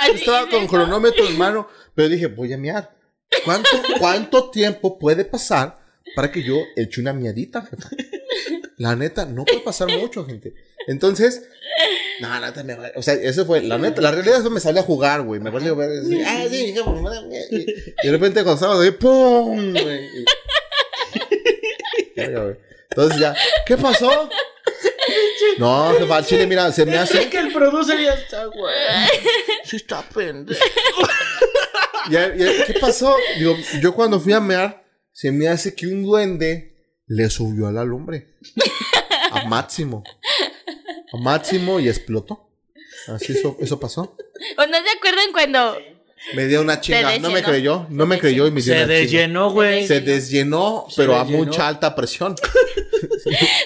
Speaker 1: Así,
Speaker 3: Estaba
Speaker 1: sí,
Speaker 3: con
Speaker 1: sí.
Speaker 3: cronómetro en mano, pero dije, voy a miar. ¿Cuánto, cuánto tiempo puede pasar para que yo eche una miadita, jefa? La neta, no puede pasar mucho, gente. Entonces, no, la neta, me vale. O sea, eso fue, la neta, la realidad es que me salí a jugar, güey. Me vale ver. así, ah, sí, jefa, me vale, güey. Y y de repente, cuando estaba ahí, ¡pum! güey, y- Verga, güey. Entonces ya, ¿qué pasó? No, jefa, al chile, mira, se me hace.
Speaker 2: Es que el producer ya
Speaker 3: [laughs]
Speaker 2: está, güey. Sí está pendejo.
Speaker 3: Ya- ya, ¿Qué pasó? Digo, yo cuando fui a mear, se me hace que un duende le subió al alumbre. A máximo. A máximo y explotó. Así eso, eso pasó.
Speaker 1: ¿O no se acuerdan cuando
Speaker 3: Me dio una chinga. No me
Speaker 1: desllenó.
Speaker 3: creyó. No me creyó y me dio
Speaker 2: Se
Speaker 3: una chinga.
Speaker 2: desllenó, güey.
Speaker 3: Se desllenó, pero a
Speaker 2: desllenó.
Speaker 3: mucha alta presión.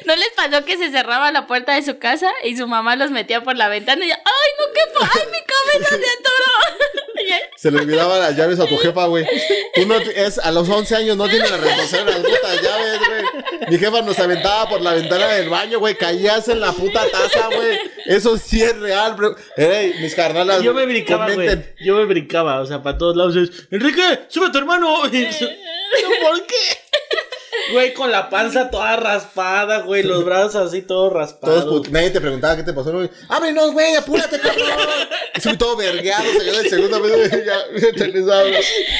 Speaker 1: no les pasó que se cerraba la puerta de su casa y su mamá los metía por la ventana y ¡ay, no, qué po- ¡Ay, mi cabeza se atoró! [laughs] Y él,
Speaker 3: Se le olvidaban las llaves a tu jefa, güey. Uno es, a los 11 años no tiene la responsabilidad de las putas llaves, güey. Mi jefa nos aventaba por la ventana del baño, güey. Caías en la puta taza, güey. Eso sí es real, bro. Ey, mis carnalas.
Speaker 2: Yo me brincaba, güey.
Speaker 3: comenten.
Speaker 2: Yo me brincaba, o sea, para todos lados. es, Enrique, sube a tu hermano. [laughs] Y yo, "No,
Speaker 3: [laughs]
Speaker 2: ¿Por qué? Güey, con la panza toda raspada, güey. Los brazos así todos raspados.
Speaker 3: Todos put- Nadie te preguntaba qué te pasó, güey. Ábrenos, güey, apúrate, cabrón. Estoy todo vergueado, se dio el segundo vez, güey, [laughs] ya te les hablo.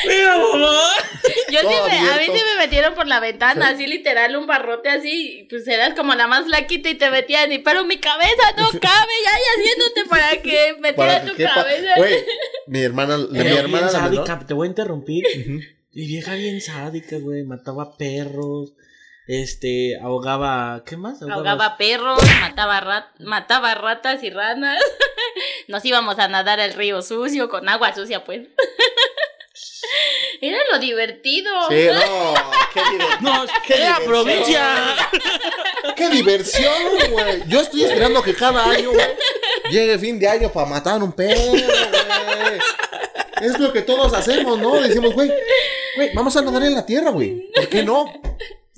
Speaker 2: Mira, mamá.
Speaker 1: Yo sí
Speaker 3: Todo
Speaker 1: me- a mí
Speaker 3: abierto.
Speaker 1: sí me metieron por la ventana, así literal, un barrote así, y pues eras como la más flaquita y te metían y pero mi cabeza
Speaker 3: [laughs]
Speaker 1: no cabe, ya y haciéndote para que
Speaker 3: Para
Speaker 1: metiera
Speaker 3: que
Speaker 1: tu
Speaker 3: quepa-
Speaker 1: cabeza.
Speaker 3: Güey, mi hermana, la- mi
Speaker 2: Pero
Speaker 3: hermana
Speaker 2: bien
Speaker 3: la menor.
Speaker 2: sádica, te voy a interrumpir.
Speaker 3: Ujú.
Speaker 2: Y vieja bien sádica, güey. Mataba perros. Este, ahogaba. ¿Qué más?
Speaker 1: Ahogaba perros, mataba, rat- mataba ratas y ranas. [laughs] Nos íbamos a nadar al río sucio, con agua sucia, pues. [laughs] Era lo divertido.
Speaker 3: Sí, no, qué divertido.
Speaker 2: No,
Speaker 3: ¡Qué
Speaker 2: era
Speaker 3: diversión!
Speaker 2: provincia.
Speaker 3: ¡Qué diversión, güey! Yo estoy esperando que cada año, güey, llegue fin de año para matar un perro, güey. Es lo que todos hacemos, ¿no? Decimos, güey, güey, vamos a nadar en la tierra, güey. ¿Por qué no?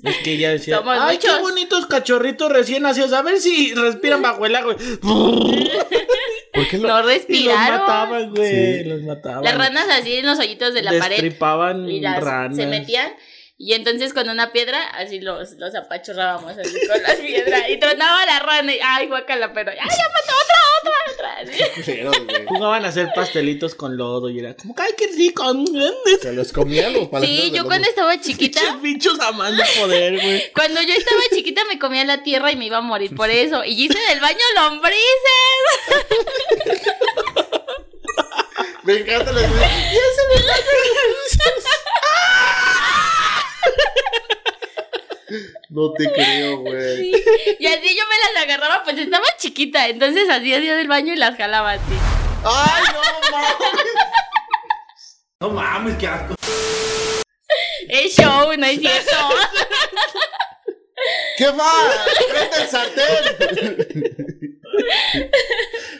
Speaker 2: Es que ella decía,
Speaker 1: Somos
Speaker 2: ay, qué
Speaker 1: muchos".
Speaker 2: bonitos cachorritos recién nacidos. A ver si respiran bajo el agua.
Speaker 3: ¿Por
Speaker 1: No
Speaker 3: qué lo.?
Speaker 2: Y los
Speaker 1: respiraron.
Speaker 2: mataban, güey.
Speaker 3: Sí.
Speaker 2: Los mataban.
Speaker 1: Las ranas así en los hoyitos de la pared.
Speaker 2: Destripaban
Speaker 1: y las
Speaker 2: ranas.
Speaker 1: se metían y entonces con una piedra así los, los apachurrábamos así con las piedras y tronaba la rana y ay guacala pero ay ya mató otra otra otra así.
Speaker 3: culeros, güey.
Speaker 2: Jugaban a hacer pastelitos con lodo y era como, ¡ay, qué rico! mm,
Speaker 3: Se los comían los palacios
Speaker 1: sí
Speaker 3: del
Speaker 1: yo
Speaker 3: lobo.
Speaker 1: cuando estaba chiquita
Speaker 2: Pinches bichos a más no poder,
Speaker 1: [laughs]
Speaker 2: güey.
Speaker 1: cuando yo estaba chiquita me comía la tierra y me iba a morir por eso y hice del baño lombrices
Speaker 3: Me encanta la No te creo, güey.
Speaker 1: Sí. y así yo me las agarraba pues estaba chiquita entonces así hacía del baño y las jalaba así
Speaker 3: ¡Ay, no, mames!
Speaker 2: No mames, qué asco.
Speaker 1: es show no es cierto
Speaker 3: ¿Qué va? ¡Prende el sartén!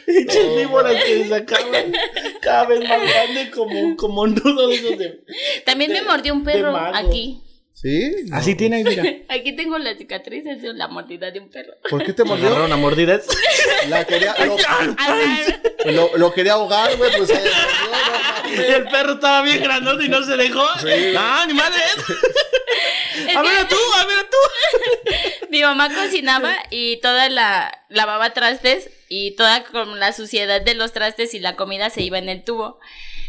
Speaker 2: Pinches
Speaker 1: Oh,
Speaker 3: No,
Speaker 2: víboras que sacaban cada vez más grande como, como nudo de esos de.
Speaker 1: [laughs] también me
Speaker 2: De-
Speaker 1: mordió un
Speaker 2: de
Speaker 1: perro
Speaker 2: mago.
Speaker 1: aquí
Speaker 3: ¿Sí? No.
Speaker 2: Así tiene ahí, mira.
Speaker 1: Aquí tengo las cicatrices de la mordida de un perro.
Speaker 3: ¿Por qué te mordió?
Speaker 2: [laughs] Agarraron a mordidas.
Speaker 3: La quería, lo,
Speaker 1: Ajá.
Speaker 3: lo- lo quería ahogar, güey, pues. eh, no, no, mames.
Speaker 2: Y [laughs] el perro estaba bien grandote y no se dejó. ¡Ah, ni madre! ¡A ver a tú! ¡A ver a tú!
Speaker 1: Mi mamá cocinaba y toda la lavaba trastes y toda con la suciedad de los trastes y la comida se iba en el tubo.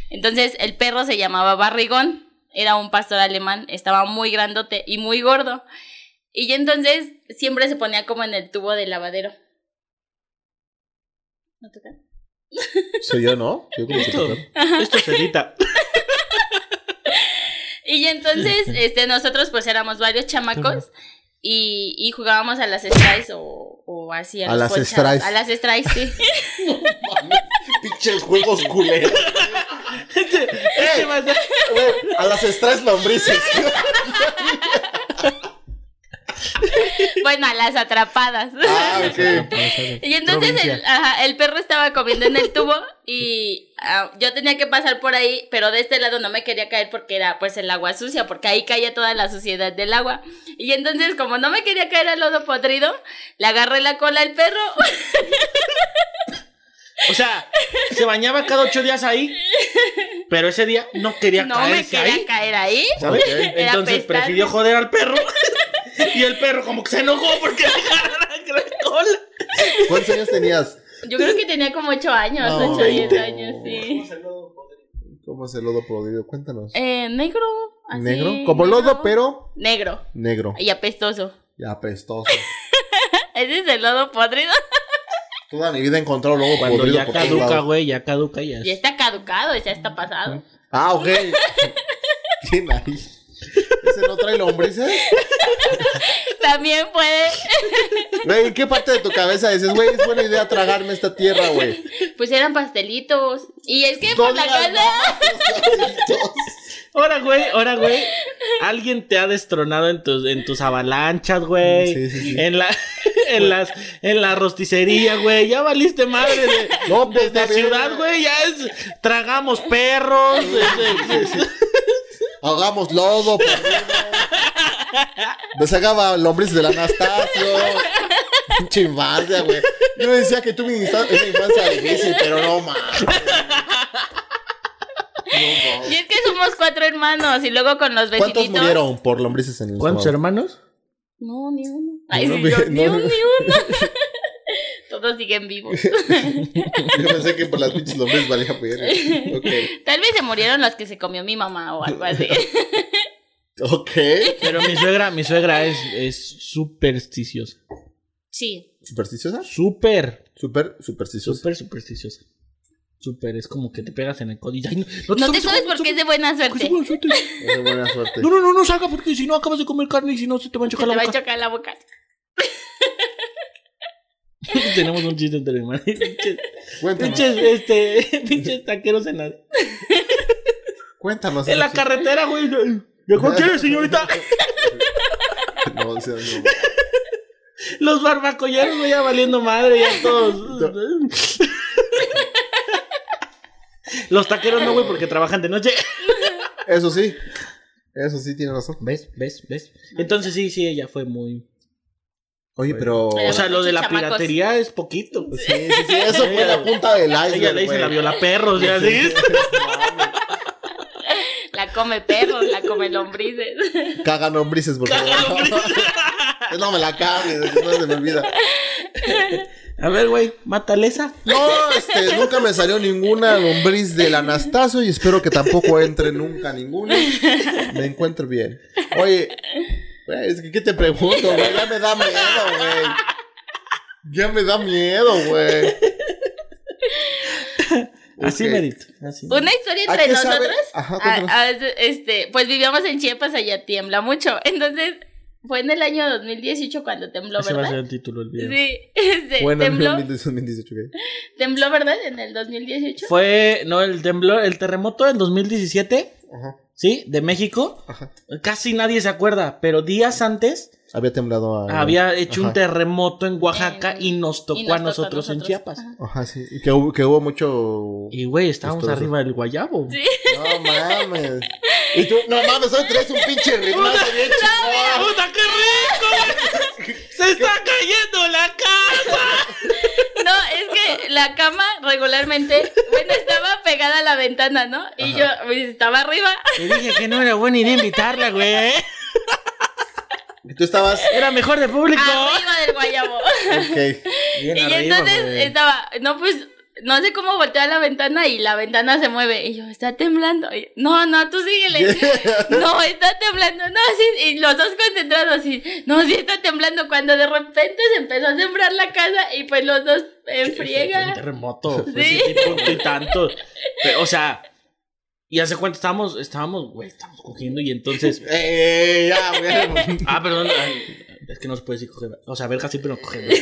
Speaker 1: Entonces el perro se llamaba Barrigón, era un pastor alemán, estaba muy grandote y muy gordo. Y ya entonces siempre se ponía como en el tubo del lavadero. ¿No toca?
Speaker 3: Soy yo, ¿no? Yo como que
Speaker 2: Esto, esto se edita.
Speaker 1: Y ya entonces, este, nosotros pues éramos varios chamacos y, y jugábamos a las strikes o, o así.
Speaker 3: A
Speaker 1: los
Speaker 3: las
Speaker 1: ponchados.
Speaker 3: strikes.
Speaker 1: A las strikes, sí.
Speaker 3: Pinches juegos culeros.
Speaker 2: Este, este va a ser-
Speaker 3: Güey, a las estrellas lombrices.
Speaker 1: bueno, a las atrapadas.
Speaker 3: Ah, ok.
Speaker 1: [laughs] Y entonces el,
Speaker 2: Provincia.
Speaker 1: ajá, el perro estaba comiendo en el tubo y ah, yo tenía que pasar por ahí, pero de este lado no me quería caer porque era pues el agua sucia, porque ahí caía toda la suciedad del agua. Y entonces como no me quería caer al lodo podrido, le agarré la cola al perro.
Speaker 2: O sea, se bañaba cada ocho días ahí, pero ese día no
Speaker 1: [laughs]
Speaker 2: quería
Speaker 1: no me
Speaker 2: caerse
Speaker 1: quería
Speaker 2: ahí.
Speaker 1: caer ahí.
Speaker 2: ¿sabes?
Speaker 3: Ok.
Speaker 1: [laughs] Era
Speaker 2: Entonces
Speaker 1: apestante.
Speaker 2: prefirió joder al perro. [laughs] Y el perro como que se enojó porque [laughs] le agarraron la cola.
Speaker 3: ¿Cuántos años tenías?
Speaker 1: Yo creo que tenía como 8 años, 8
Speaker 3: No.
Speaker 1: o 10 años, sí.
Speaker 3: ¿Cómo es el lodo podrido? Cuéntanos.
Speaker 1: Eh, negro, así.
Speaker 3: ¿Negro? Como lodo,
Speaker 1: negro.
Speaker 3: pero
Speaker 1: Negro
Speaker 3: negro.
Speaker 1: y apestoso.
Speaker 3: Y apestoso.
Speaker 1: Ese es el lodo podrido.
Speaker 3: Toda mi vida he encontrado lodo
Speaker 2: Cuando
Speaker 3: podrido
Speaker 2: ya
Speaker 3: por todos
Speaker 2: caduca,
Speaker 3: lados.
Speaker 2: güey, ya caduca ya.
Speaker 1: Y está caducado, ya está pasado.
Speaker 3: Ah, ok. ¿Quién ahí? ¿Ese no trae lombrices?
Speaker 1: También puede.
Speaker 3: Güey, ¿en qué parte de tu cabeza dices, güey, es buena idea tragarme esta tierra, güey?
Speaker 1: Pues eran pastelitos. Y es que
Speaker 3: No
Speaker 1: por la
Speaker 3: digas
Speaker 1: casa.
Speaker 3: [laughs]
Speaker 2: Ahora, güey, ahora, güey. Alguien te ha destronado en tus, en tus avalanchas, güey.
Speaker 3: Sí, sí, sí.
Speaker 2: En la, [laughs] en las, en la rosticería, güey. Ya valiste madre de,
Speaker 3: No, pues,
Speaker 2: de
Speaker 3: está bien.
Speaker 2: ciudad, güey. Ya es, tragamos perros. es- es-
Speaker 3: Hagamos lodo, perrino. Me sacaba lombrices del Anastasio. Pinche infancia, güey. Yo decía que tuve insta- una infancia difícil, pero no mames. No,
Speaker 1: Y es que somos cuatro hermanos. Y luego con los
Speaker 3: no. ¿Cuántos
Speaker 1: vecinitos.
Speaker 3: murieron por lombrices en el
Speaker 2: ¿Cuántos
Speaker 3: estómago?
Speaker 2: hermanos?
Speaker 1: No, ni uno. Ay,
Speaker 3: No,
Speaker 1: sí,
Speaker 3: no,
Speaker 1: yo, ni
Speaker 3: no.
Speaker 1: uno, ni
Speaker 3: [laughs]
Speaker 1: uno. Todos siguen vivos.
Speaker 3: Yo pensé que por las pinches lombrices valía pena. Ok.
Speaker 1: Tal vez se murieron los que se comió mi mamá o algo
Speaker 3: [laughs]
Speaker 1: así.
Speaker 3: Ok.
Speaker 2: Pero mi suegra, mi suegra es, es supersticiosa.
Speaker 1: Sí.
Speaker 3: ¿Supersticiosa?
Speaker 2: Súper.
Speaker 3: Super, supersticiosa.
Speaker 2: Súper supersticiosa. Súper, es como que te pegas en el codo y ay, no,
Speaker 1: No te sabes por qué es de buena suerte.
Speaker 3: Es de buena suerte.
Speaker 2: No, no, no, no salga porque si no acabas de comer carne y si no se te va a
Speaker 1: Se
Speaker 2: chocar
Speaker 1: te
Speaker 2: la
Speaker 1: va a
Speaker 2: boca.
Speaker 1: chocar la boca.
Speaker 2: [laughs] Tenemos un chiste entre hermanos. Pinches,
Speaker 3: Cuéntanos.
Speaker 2: pinches, este, [laughs] pinches taqueros en la,
Speaker 3: Cuéntanos.
Speaker 2: en la
Speaker 3: sí.
Speaker 2: carretera, güey. ¿Mejor quiere, señorita?
Speaker 3: [laughs] No, o sea, no.
Speaker 2: Los barbacoyeros, güey, ya valiendo madre, ya todos. [laughs] Los taqueros no, güey, porque trabajan de noche.
Speaker 3: Eso sí. Eso sí, tiene razón.
Speaker 2: ¿Ves? ¿Ves? ¿Ves? Entonces sí, sí, ella fue muy...
Speaker 3: Oye, pero.
Speaker 1: Pero
Speaker 2: O sea, lo de la
Speaker 1: chamacos.
Speaker 2: piratería es poquito.
Speaker 3: [laughs] Sí, sí, sí, eso fue la punta del iceberg.
Speaker 2: Ella le dice
Speaker 3: güey.
Speaker 2: la viola perros, ¿ya sí?
Speaker 1: La come perros, la come lombrices.
Speaker 3: Cagan lombrices, por favor. [laughs] No me la cagues, no se me olvida.
Speaker 2: A ver, güey, mátale esa.
Speaker 3: No, este, nunca me salió ninguna lombriz del Anastasio y espero que tampoco entre nunca ninguna. Me encuentro bien. Oye, güey, es que ¿qué te pregunto, güey? Ya me da miedo, güey. Ya me da miedo, güey.
Speaker 2: Así,
Speaker 3: Ok.
Speaker 2: Merito. Así.
Speaker 1: Una historia
Speaker 3: ¿A
Speaker 1: entre
Speaker 3: qué sabe?
Speaker 1: nosotros.
Speaker 3: Ajá,
Speaker 1: a-
Speaker 3: cuéntanos.
Speaker 1: a veces, este, pues vivíamos en Chiapas, allá tiembla mucho. Entonces, fue en el año 2018 cuando tembló,
Speaker 2: Ese va a ser
Speaker 1: ¿verdad?
Speaker 2: el título del video.
Speaker 1: Sí, [laughs] este,
Speaker 3: Bueno, en [laughs]
Speaker 1: tembló,
Speaker 3: 2018, güey.
Speaker 1: tembló, ¿verdad? En el 2018.
Speaker 2: Fue, no, el temblor, el terremoto del 2017,
Speaker 3: Ajá,
Speaker 2: ¿sí? De México.
Speaker 3: ajá.
Speaker 2: Casi nadie se acuerda, pero días antes
Speaker 3: Había temblado a...
Speaker 2: había hecho un
Speaker 3: Ajá.
Speaker 2: terremoto en Oaxaca
Speaker 1: En-
Speaker 2: y nos tocó
Speaker 1: y
Speaker 2: a
Speaker 1: nos
Speaker 2: nosotros, en Chiapas.
Speaker 1: Ajá.
Speaker 3: Ajá, sí. Y que hubo, que hubo mucho...
Speaker 2: [laughs] Y, güey, estábamos
Speaker 3: Esto-
Speaker 2: arriba del guayabo.
Speaker 3: No mames. Y tú, no mames, hoy traes un
Speaker 2: [laughs]
Speaker 3: pinche ritmazo bien chingón.
Speaker 2: ¡Puta, qué rico! [laughs] güey! ¡Se está cayendo la casa!
Speaker 1: No, es que la cama regularmente, bueno, estaba pegada a la ventana, ¿no? Y yo pues, estaba
Speaker 2: [laughs]
Speaker 1: arriba.
Speaker 2: Te dije que no era buena idea invitarla, güey.
Speaker 3: Y tú estabas.
Speaker 2: Era mejor de público.
Speaker 1: Arriba del guayabo.
Speaker 2: [laughs]
Speaker 3: Ok.
Speaker 2: Bien
Speaker 1: Ah, y yo
Speaker 2: arriba,
Speaker 1: entonces
Speaker 2: güey.
Speaker 1: estaba, no, pues, no sé cómo voltear la ventana y la ventana se mueve. Y yo, está temblando. Y yo, no, no, tú
Speaker 2: [laughs]
Speaker 1: síguele. no, está temblando. No, sí. Y los dos concentrados, sí. No, sí está temblando. Cuando de repente se empezó a sembrar la casa y pues los dos en
Speaker 2: Fue un
Speaker 1: friega.
Speaker 2: terremoto. fue
Speaker 1: Sí.
Speaker 2: siete
Speaker 1: [laughs]
Speaker 2: punto y tanto. Pero, o sea, y hace cuánto estábamos, estábamos, güey, estábamos cogiendo y entonces.
Speaker 3: [laughs] Eh, ya,
Speaker 2: [laughs]
Speaker 3: bueno.
Speaker 2: Ah, perdón. ay, Es que no se puede decir coger. O sea, verga siempre no cogemos.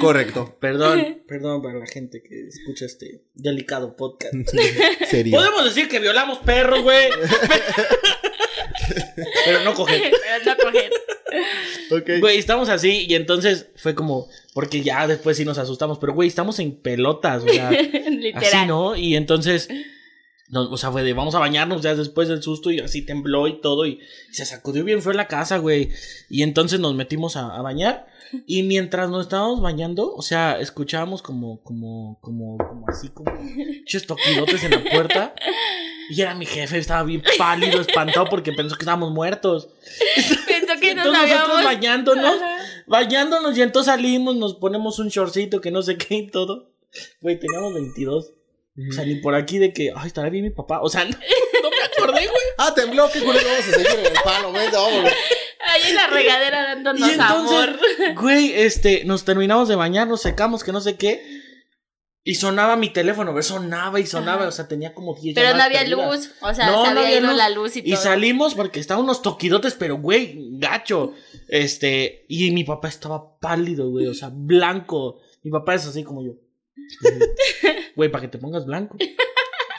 Speaker 3: Correcto.
Speaker 2: Perdón.
Speaker 1: [laughs]
Speaker 2: Perdón para la gente que escucha este delicado podcast.
Speaker 3: Serio.
Speaker 2: Podemos decir que violamos perros, güey. Pero
Speaker 1: [laughs]
Speaker 2: no coger.
Speaker 1: Pero no coger. [laughs]
Speaker 3: Ok.
Speaker 2: Güey, estamos así y entonces fue como, porque ya después sí nos asustamos, pero güey, estamos en pelotas, o sea,
Speaker 1: Literal.
Speaker 2: así, ¿no? Y entonces, no, o sea, fue de vamos a bañarnos ya después del susto y así tembló y todo y se sacudió bien feo la casa, güey. Y entonces nos metimos a, a bañar y mientras nos estábamos bañando, o sea, escuchábamos como, como, como, como así, como pinches toquidotes en la puerta. Y era mi jefe, estaba bien pálido, espantado porque pensó que estábamos muertos.
Speaker 1: Pensó que nos
Speaker 2: Entonces nosotros
Speaker 1: habíamos.
Speaker 2: bañándonos,
Speaker 1: Ajá.
Speaker 2: bañándonos y entonces salimos, nos ponemos un shortcito que no sé qué y todo. Güey, teníamos 22. Salí por aquí de que, ay, estará bien mi papá. O sea, [laughs] no, no me acordé, güey.
Speaker 3: Ah, tembló, qué culo vamos a seguir en el palo, venga, vámonos.
Speaker 1: [laughs] Ahí en la regadera dándonos
Speaker 2: Y entonces,
Speaker 1: amor.
Speaker 2: güey, este, nos terminamos de bañar, nos secamos, que no sé qué. Y sonaba mi teléfono, güey, sonaba y sonaba, o sea, tenía como 10
Speaker 1: Pero no
Speaker 2: llamadas
Speaker 1: había
Speaker 2: perdidas.
Speaker 1: luz. O sea,
Speaker 2: No,
Speaker 1: se
Speaker 2: no
Speaker 1: había
Speaker 2: había
Speaker 1: ido
Speaker 2: luz.
Speaker 1: la luz y todo.
Speaker 2: Y salimos porque estaban unos toquidotes, pero güey, gacho. Este, y mi papá estaba pálido, güey, o sea, blanco. Mi papá es así
Speaker 1: [laughs]
Speaker 2: como yo. Güey, para que te pongas blanco.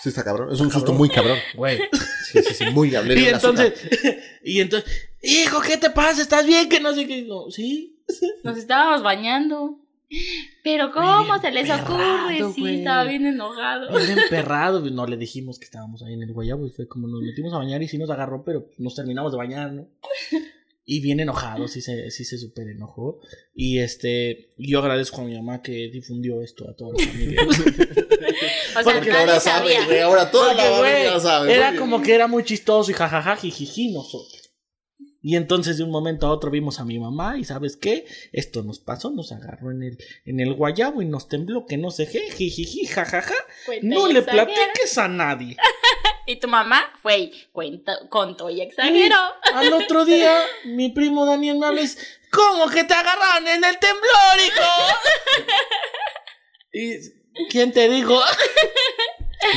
Speaker 3: Sí, está cabrón. Es un susto muy cabrón.
Speaker 2: Güey.
Speaker 3: Sí, sí, sí, muy hablé.
Speaker 2: [laughs] Y entonces, [laughs] y entonces, hijo, ¿qué te pasa? ¿Estás bien? Que no sé qué. Digo, sí.
Speaker 1: Nos estábamos bañando. Pero ¿cómo
Speaker 2: Bien
Speaker 1: se les
Speaker 2: emperrado,
Speaker 1: ocurre? Sí,
Speaker 3: pues.
Speaker 2: güey.
Speaker 1: estaba bien enojado.
Speaker 2: Bien emperrado. pues, No le dijimos que estábamos ahí en el guayabo. Y fue como nos metimos a bañar y sí nos agarró, pero nos terminamos de bañar, ¿no? Y bien enojado, sí se, sí se super enojó. Y este, yo agradezco a mi mamá que difundió esto a toda la familia.
Speaker 1: O sea,
Speaker 3: Porque ahora
Speaker 1: nadie
Speaker 3: sabe,
Speaker 1: sabía.
Speaker 3: güey. Ahora toda
Speaker 2: Porque,
Speaker 3: la
Speaker 2: güey,
Speaker 3: familia sabe. muy
Speaker 2: era
Speaker 3: bien.
Speaker 2: como que era muy chistoso y jajaja, jijiji, nosotros. Y entonces de un momento a otro vimos a mi mamá y ¿sabes qué? Esto nos pasó, nos agarró en el, en el guayabo y nos tembló que no sé qué, jijiji, jajaja.
Speaker 1: Cuenta
Speaker 2: No
Speaker 1: y
Speaker 2: le
Speaker 1: exagera.
Speaker 2: platiques a nadie.
Speaker 1: Y tu mamá fue y cuenta, contó y exageró.
Speaker 2: Al otro día, mi primo Daniel me habla y dice, ¿cómo que te agarraron en el temblor, hijo? Y, ¿quién te dijo?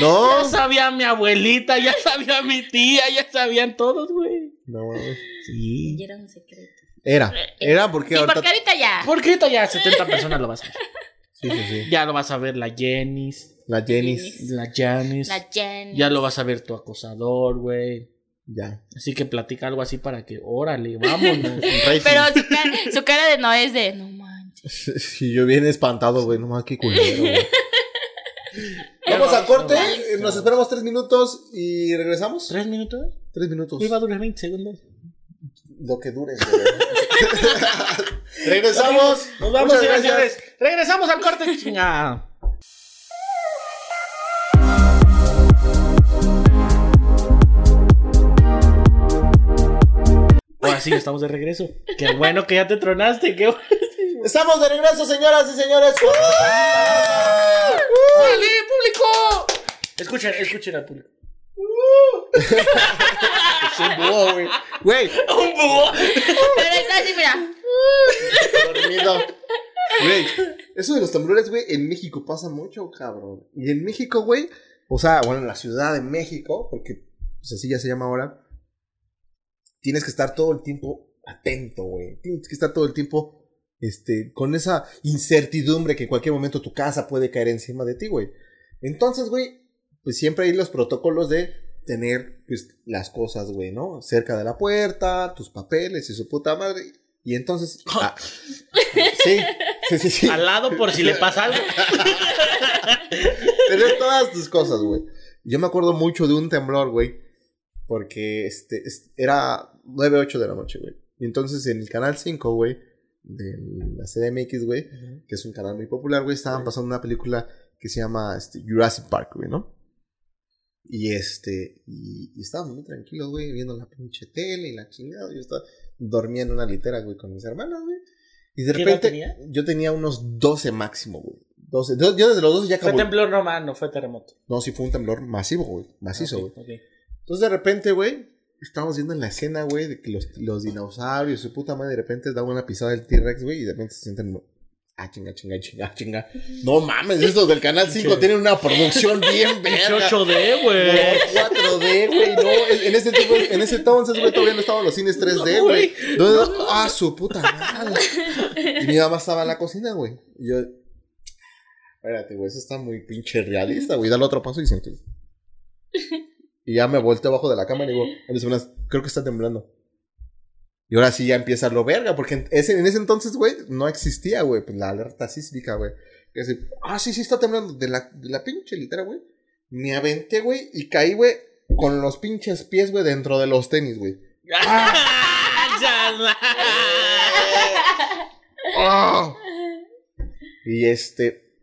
Speaker 3: No.
Speaker 2: Ya sabía mi abuelita, ya sabía mi tía, ya sabían todos, güey.
Speaker 3: No mames.
Speaker 2: Sí.
Speaker 1: Y era un secreto.
Speaker 3: Era. Era porque
Speaker 1: Y
Speaker 3: ahorita.
Speaker 1: porque ahorita ya.
Speaker 2: Porque ahorita ya 70 personas lo vas a ver.
Speaker 3: Sí, sí, sí.
Speaker 2: Ya lo vas a ver la Jenny,
Speaker 3: La Jenny.
Speaker 2: la
Speaker 3: pues,
Speaker 2: Janice.
Speaker 1: La Jenny.
Speaker 2: Ya lo vas a ver tu acosador, güey.
Speaker 3: Ya.
Speaker 2: Así que platica algo así para que,
Speaker 3: [laughs]
Speaker 2: órale, vámonos.
Speaker 3: Rey.
Speaker 1: Pero su, ca- su cara de no es de no manches.
Speaker 3: Si yo bien espantado, güey. No mames, qué culero,
Speaker 2: [laughs]
Speaker 3: güey. Vamos a corte, eh, nos esperamos tres minutos y regresamos.
Speaker 2: ¿Tres minutos?
Speaker 3: Tres minutos.
Speaker 2: Iba a durar 20 segundos.
Speaker 3: Lo que dure, güey. [laughs] Regresamos.
Speaker 2: Nos vamos,
Speaker 3: Muchas
Speaker 2: señores.
Speaker 3: gracias.
Speaker 2: Regresamos al corte.
Speaker 3: [laughs]
Speaker 2: Chingada. Ahora sí, estamos de regreso. Qué bueno que ya te tronaste. Qué bueno.
Speaker 3: Estamos de regreso, señoras y señores.
Speaker 2: público! Escuchen, escuchen al público.
Speaker 3: Es un búho, güey. Güey,
Speaker 1: Pero está así, mira.
Speaker 3: dormido. Güey, eso de los temblores, güey, en México pasa mucho, cabrón. Y en México, güey, o sea, bueno, en la Ciudad de México, porque pues así ya se llama ahora, tienes que estar todo el tiempo atento, güey. Tienes que estar todo el tiempo este, con esa incertidumbre que en cualquier momento tu casa puede caer encima de ti, güey. Entonces, güey, pues siempre hay los protocolos de tener pues, las cosas, güey, ¿no? Cerca de la puerta, tus papeles y su puta madre. Y entonces... ah, sí, sí, sí,
Speaker 2: [laughs]
Speaker 3: sí.
Speaker 2: [laughs] Al lado por si le
Speaker 3: [laughs]
Speaker 2: pasa algo.
Speaker 3: Tener todas tus cosas, güey. Yo me acuerdo mucho de un temblor, güey. Porque este, es- era 9, 8 de la noche, güey. Y entonces en el canal 5, güey, de la CDMX, güey, que es un canal muy popular, güey, estaban pasando una película que se llama este, Jurassic Park, güey, ¿no? Y este, y, y estábamos muy tranquilos, güey, viendo la pinche tele y la chingada. Yo estaba, dormía en una litera, güey, con mis hermanas, güey. Y de
Speaker 2: ¿Qué edad
Speaker 3: repente,
Speaker 2: tenía?
Speaker 3: yo tenía unos 12 máximo, güey. 12. Yo, yo desde los 12 ya
Speaker 2: Fue
Speaker 3: cabul-
Speaker 2: temblor nomás, no fue terremoto.
Speaker 3: no, sí fue un temblor masivo, güey. Macizo,
Speaker 2: Ok,
Speaker 3: güey.
Speaker 2: ok.
Speaker 3: Entonces, de repente, güey, estábamos viendo en la escena, güey, de que los, los dinosaurios, su puta madre, de repente da una pisada del T-Rex, güey, y de repente se sienten. Ah, chinga, chinga, chinga, chinga. No mames, estos del Canal 5 tienen una producción bien verga.
Speaker 2: 8D,
Speaker 3: No,
Speaker 2: [laughs] güey.
Speaker 3: 4D, güey, no. En en ese, tipo- en ese entonces, güey, todavía no estaban los cines 3D, güey. Entonces, ah, su puta madre. Y mi mamá estaba en la cocina, güey. Y yo, espérate, güey, eso está muy pinche realista, güey. Dale otro paso y siento. Y ya me volteé abajo de la cama y le digo, a mis hermanas, creo que está temblando. Y ahora sí ya empieza lo verga, porque en ese, en ese entonces, güey, no existía, güey, pues, la alerta sísmica, güey. Que así, ah, sí, sí, está temblando de la, de la pinche litera, güey. Me aventé, güey, y caí, güey, con los pinches pies, güey, dentro de los tenis, güey. ¡Ah! Y este.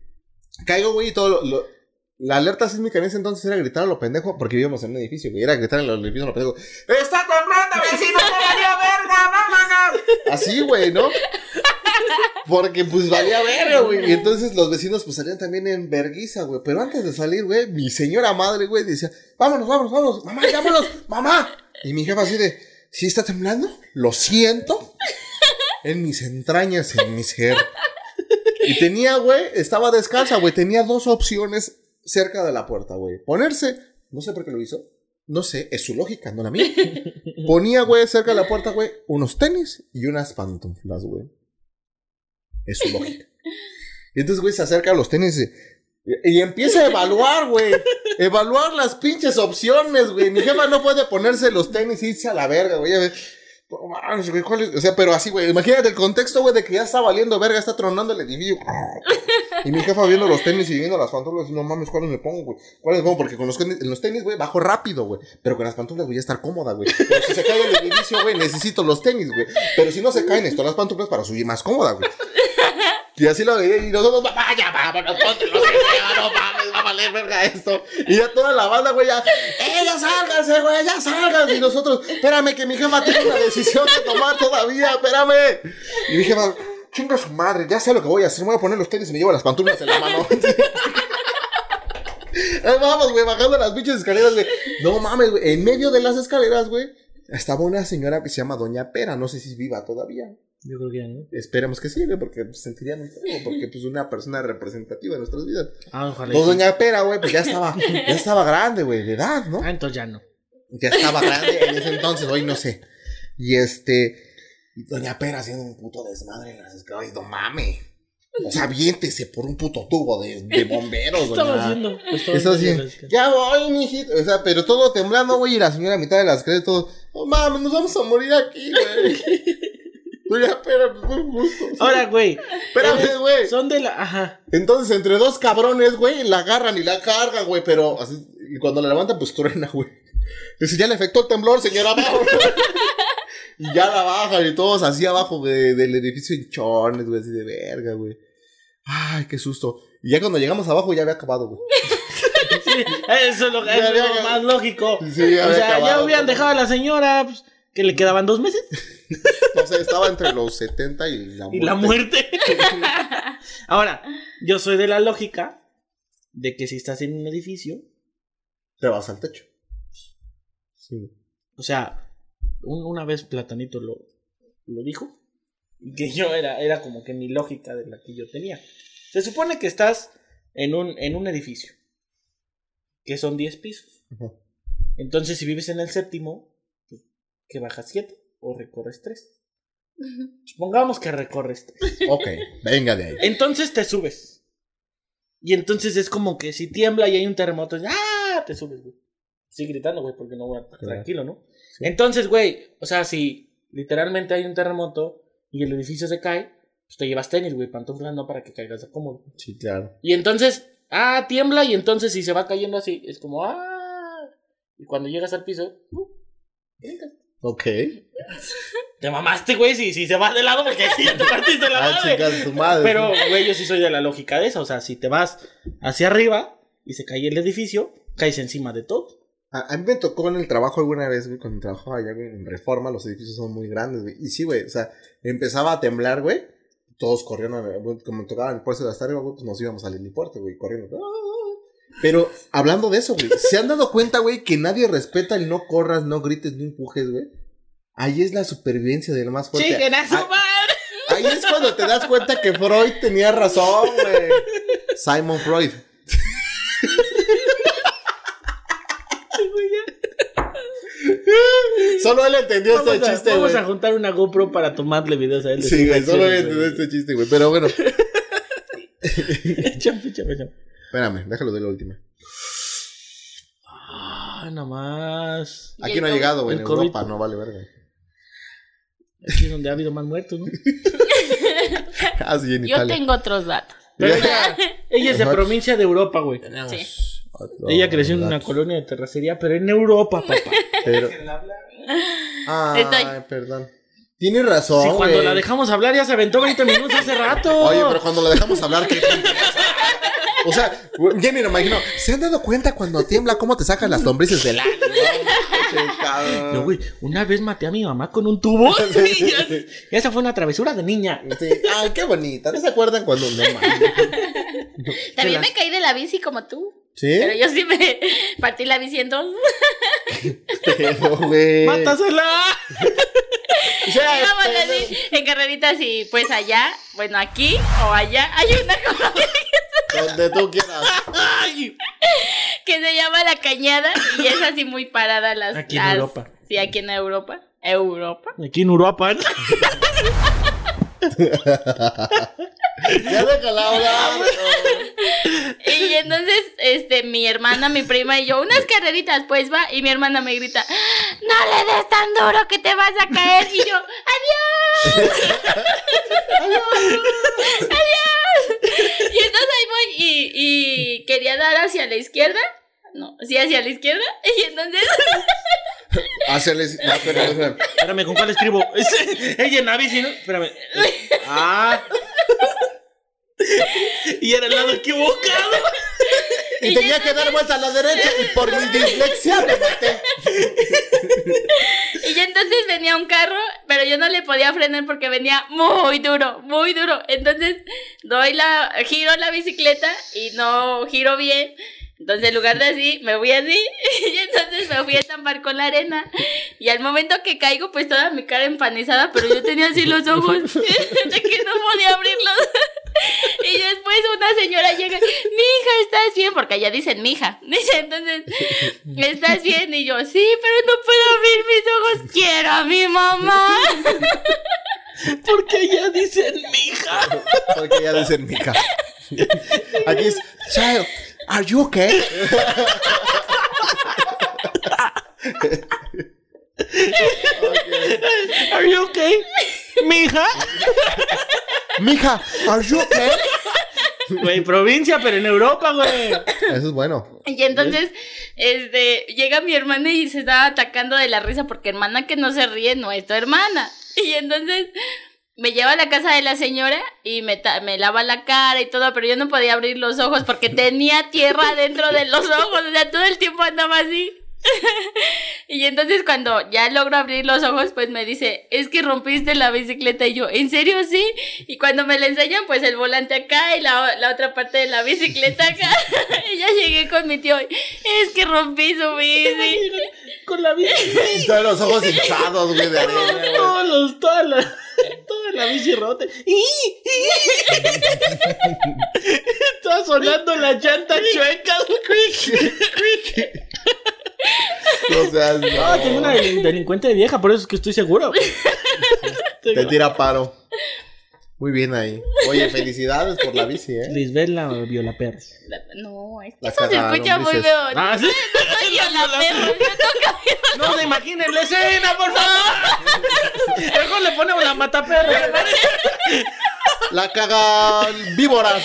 Speaker 3: Caigo, güey, y todo lo, lo- La alerta sísmica en ese entonces era gritar a lo pendejo, porque vivíamos en un edificio, güey. Era gritar a los edificios a lo pendejo. ¡Está temblando, vecino! ¡Te valió verga! ¡Vámonos! Así, güey, ¿no? Porque pues valía verga, güey. Y entonces los vecinos pues salían también en verguiza, güey. Pero antes de salir, güey, mi señora madre, güey, decía, vámonos, vámonos, vámonos, mamá, vámonos, mamá. Y mi jefa así de, ¿sí está temblando? Lo siento. En mis entrañas, en mi ser. Y tenía, güey, estaba descalza, güey. Tenía dos opciones cerca de la puerta, güey. Ponerse, no sé por qué lo hizo. No sé, es su lógica, no la mía. Ponía, güey, cerca de la puerta, güey, unos tenis y unas pantuflas, güey. Es su lógica. Y entonces, güey, se acerca a los tenis y, y empieza a evaluar, güey. Evaluar las pinches opciones, güey. Mi jefa no puede ponerse los tenis y irse a la verga, güey. Ya ve, no mames, güey, ¿cuál es? O sea, pero así, güey. Imagínate el contexto, güey, de que ya está valiendo verga, está tronando el edificio. Y mi jefa viendo los tenis y viendo las pantuflas, no mames, ¿cuáles me pongo, güey? ¿Cuáles me pongo? Porque con los, tenis- en los tenis, güey, bajo rápido, güey. Pero con las pantuflas, voy a estar cómoda, güey. Pero si se cae el edificio, güey, necesito los tenis, güey. Pero si no se caen, necesito las pantuflas para subir más cómoda, güey. Y así lo veía y nosotros, vaya, vámonos, ponte los tenis, ya, no mames, va a valer verga esto. Y ya toda la banda, güey, ya, ¡eh, ya sálganse, güey, ya sálganse! Y nosotros, espérame, que mi jefa tiene una decisión que tomar todavía, espérame. Y mi jefa, chinga su madre, ya sé lo que voy a hacer, me voy a poner los tenis y me llevo las pantuflas en la mano. [laughs] Ahí Vamos, güey, bajando las pinches escaleras, güey. No mames, güey. En medio de las escaleras, güey, estaba una señora que se llama Doña Pera. No sé si es viva todavía.
Speaker 2: Yo creo que ya no.
Speaker 3: Esperemos que sí, güey, porque pues, sentirían un poco, porque pues una persona representativa de nuestras vidas.
Speaker 2: Ah, ojalá.
Speaker 3: Pues
Speaker 2: y sí.
Speaker 3: Doña Pera, güey, pues ya estaba, ya estaba grande, güey, de edad, ¿no?
Speaker 2: Ah, entonces ya no.
Speaker 3: Ya estaba grande en ese entonces, hoy no sé. Y este. y Doña Pera haciendo un puto desmadre en las escaleras. No mames. O sea, viéntese por un puto tubo de, de bomberos,
Speaker 2: ¿Qué estaba
Speaker 3: doña.
Speaker 2: haciendo?
Speaker 3: Eso sí. Ya voy, mijito. O sea, pero todo temblando, güey. Y la señora a mitad de las calles, todo. No mames, nos vamos a morir aquí, güey.
Speaker 2: [laughs]
Speaker 3: Doña Pera, pues fue un gusto.
Speaker 2: Ahora, güey.
Speaker 3: Espérame, güey.
Speaker 2: Son de la. Ajá. [laughs]
Speaker 3: Entonces, entre dos cabrones, güey, la agarran y la cargan, güey, pero así, y cuando la levantan, pues truena, güey. Dice, ya le afectó el temblor, señora. vámonos". [laughs] Y ya la bajan y todos así abajo de- del edificio en chones, güey, así de verga, güey. Ay, qué susto. Y ya cuando llegamos abajo ya había acabado, güey.
Speaker 2: Sí, eso es lo,
Speaker 3: Ya
Speaker 2: es
Speaker 3: había-
Speaker 2: lo más lógico.
Speaker 3: Sí, ya
Speaker 2: o
Speaker 3: había
Speaker 2: sea, ya
Speaker 3: acabado,
Speaker 2: hubieran
Speaker 3: ¿no?
Speaker 2: dejado a la señora pues, que le quedaban dos meses
Speaker 3: No sé, estaba entre los 70 y la muerte.
Speaker 2: y la muerte.
Speaker 3: [laughs]
Speaker 2: Ahora, yo soy de la lógica de que si estás en un edificio,
Speaker 3: Te vas al techo. Sí.
Speaker 2: o sea, un- una vez Platanito lo, lo dijo, y que yo era, era como que mi lógica de la que yo tenía. Se supone que estás en un, en un edificio, que son 10 pisos.
Speaker 3: Ajá.
Speaker 2: Entonces, si vives en el séptimo, pues, que bajas 7 o recorres 3. Supongamos que recorres 3.
Speaker 3: Ok, venga de ahí.
Speaker 2: Entonces te subes. Y entonces es como que si tiembla y hay un terremoto, ¡ah! Te subes, güey. Sí, gritando, güey, porque no voy a
Speaker 3: Claro.
Speaker 2: tranquilo, ¿no? Entonces, güey, o sea, si literalmente hay un terremoto y el edificio se cae, pues te llevas tenis, güey, pantuflas no para que caigas a cómodo.
Speaker 3: Sí, claro.
Speaker 2: Y entonces, ah, tiembla y entonces si se va cayendo así, es como, ah. Y cuando llegas al piso, uh,
Speaker 3: Ok.
Speaker 2: te mamaste, güey, si, si se va de lado porque sí, ya te partiste la
Speaker 3: Ah,
Speaker 2: madre.
Speaker 3: chingar a tu madre.
Speaker 2: [laughs] Pero, güey, yo sí soy de la lógica de eso. O sea, si te vas hacia arriba y se cae el edificio, caes encima de todo.
Speaker 3: A, a mí me tocó en el trabajo alguna vez, güey, cuando trabajaba allá, güey, en Reforma, los edificios son muy grandes, güey. Y sí, güey, o sea, empezaba a temblar, güey. Todos corrieron, a- güey, como tocaban el puesto de hasta arriba, güey, pues nos íbamos al helipuerto, güey, corriendo. Pero hablando de eso, güey, ¿se han dado cuenta, güey, que nadie respeta el no corras, no grites, no empujes, güey? Ahí es la supervivencia del más fuerte.
Speaker 2: Chiquen a su
Speaker 3: Ah,
Speaker 2: madre.
Speaker 3: Ahí es cuando te das cuenta que Freud tenía razón, güey. Simon Freud. Solo él entendió
Speaker 2: Vamos,
Speaker 3: este
Speaker 2: a,
Speaker 3: chiste,
Speaker 2: vamos
Speaker 3: güey.
Speaker 2: a juntar una GoPro para tomarle videos a él. de
Speaker 3: Sí,
Speaker 2: sus
Speaker 3: güey, solo él
Speaker 2: acciones,
Speaker 3: entendió este chiste, güey. Pero bueno,
Speaker 2: güey. [laughs] Échame, échame, échame.
Speaker 3: espérame, déjalo de la última.
Speaker 2: Ah, nomás.
Speaker 3: Aquí no ha llegado, güey,
Speaker 2: El
Speaker 3: en
Speaker 2: COVID.
Speaker 3: Europa, no vale verga.
Speaker 2: Aquí es donde ha habido más muertos, ¿no?
Speaker 3: Ah, sí, en
Speaker 1: Yo
Speaker 3: Italia.
Speaker 1: tengo otros datos.
Speaker 2: Pero ella, ella es de
Speaker 3: Ajá.
Speaker 2: provincia de Europa, güey.
Speaker 3: Otro
Speaker 2: Ella creció en una
Speaker 3: dato.
Speaker 2: colonia de terracería, pero en Europa, papá.
Speaker 3: Pero... Ay,
Speaker 1: Estoy-
Speaker 3: perdón. Tienes razón,
Speaker 2: Si cuando
Speaker 3: güey.
Speaker 2: la dejamos hablar ya se aventó 20 minutos hace rato.
Speaker 3: Oye, pero cuando la dejamos hablar, ¿qué? O sea, güey, ya me lo imagino. ¿Se han dado cuenta cuando tiembla cómo te sacan las lombrices del aire?
Speaker 2: No, güey, una vez maté a mi mamá con un [laughs] tubo.
Speaker 1: [laughs]
Speaker 2: Y ya- Esa fue una travesura de niña.
Speaker 3: Sí, Ay, qué bonita. ¿No se acuerdan cuando no mames.
Speaker 1: También
Speaker 2: las-
Speaker 1: me caí de la bici como tú.
Speaker 3: ¿Sí?
Speaker 1: Pero yo sí me partí la bici en dos.
Speaker 3: Pero, güey.
Speaker 2: ¡Mátasela!
Speaker 3: O sea,
Speaker 1: Íbamos
Speaker 3: este,
Speaker 1: así en carreritas y pues allá, bueno, aquí o allá hay una cosa [laughs]
Speaker 3: Donde tú quieras.
Speaker 2: Ay.
Speaker 1: que se llama la cañada y es así muy parada las
Speaker 2: Aquí en
Speaker 1: las-
Speaker 2: Europa.
Speaker 1: Sí, aquí en Europa. Europa.
Speaker 2: Aquí en Europa. ¿no?
Speaker 3: Ya déjala hablar.
Speaker 1: Y entonces, este, mi hermana, mi prima y yo, unas carreritas, pues va, y mi hermana me grita, no le des tan duro que te vas a caer. Y yo, adiós. [laughs] adiós. Y entonces ahí voy y, y quería dar hacia la izquierda. No, sí, hacia la izquierda. Y entonces,
Speaker 3: Hacerles. Ah, No, espera, espera.
Speaker 2: Espérame, ¿con cuál [laughs] escribo? Es- Ella en la bici, ¿no? Espérame. Ah. Y era el lado equivocado.
Speaker 3: Y tenía que dar vuelta a la derecha y por mi dislexia me maté.
Speaker 1: y ya entonces venía un carro, pero yo no le podía frenar porque venía muy duro, muy duro. Entonces, doy la, giro la bicicleta y no giro bien. Entonces, en lugar de así, me fui así. [laughs] Y entonces me fui a estampar con la arena. Y al momento que caigo, pues toda mi cara empanizada, pero yo tenía así los ojos, [laughs] de que no podía abrirlos. [laughs] Y después una señora llega, mija, ¿estás bien? Porque allá dicen, mija. [laughs] Dice, entonces, ¿estás bien? Y yo, sí, pero no puedo abrir mis ojos, quiero a mi mamá.
Speaker 2: Porque ella dice, mija.
Speaker 3: Porque ya dicen mija. Aquí es, child, are you okay?
Speaker 2: ¿Are you okay? Mija.
Speaker 3: Mija, are you okay?
Speaker 2: Güey, provincia, pero en Europa, güey.
Speaker 3: Eso es bueno.
Speaker 1: Y entonces Este, llega mi hermana y se estaba atacando de la risa porque hermana que no se ríe no es tu hermana. [laughs] Y entonces me lleva a la casa de la señora y me, ta- me lava la cara y todo, pero yo no podía abrir los ojos porque tenía tierra dentro de los ojos, o sea, todo el tiempo andaba así. Y entonces cuando ya logro abrir los ojos, pues me dice, es que rompiste la bicicleta. Y yo, ¿en serio sí? Y cuando me la enseñan, pues el volante acá y la, la otra parte de la bicicleta acá. [laughs] y ya llegué con mi tío, y, es que rompí su bici.
Speaker 2: Con la bici.
Speaker 3: Y todos los ojos hinchados, güey, de arena, güey.
Speaker 2: Todos los, toda la, toda la bici rota. Está sonando la llanta chueca.
Speaker 3: No seas,
Speaker 2: Ah, tengo una
Speaker 3: no.
Speaker 2: delin- delincuente vieja, por eso es que estoy seguro.
Speaker 3: Te tira paro. Muy bien ahí. Oye, felicidades por la bici, ¿eh?
Speaker 2: Lisbeth la viola perro.
Speaker 1: No, es que
Speaker 3: La
Speaker 1: eso se
Speaker 3: cagaron,
Speaker 1: escucha muy
Speaker 3: dices.
Speaker 1: feo. No
Speaker 2: Ah, sí.
Speaker 1: soy yo la perra, yo nunca fui
Speaker 2: No se imaginen la escena, por favor. Luego le ponemos la mataperra.
Speaker 3: La cagan víboras.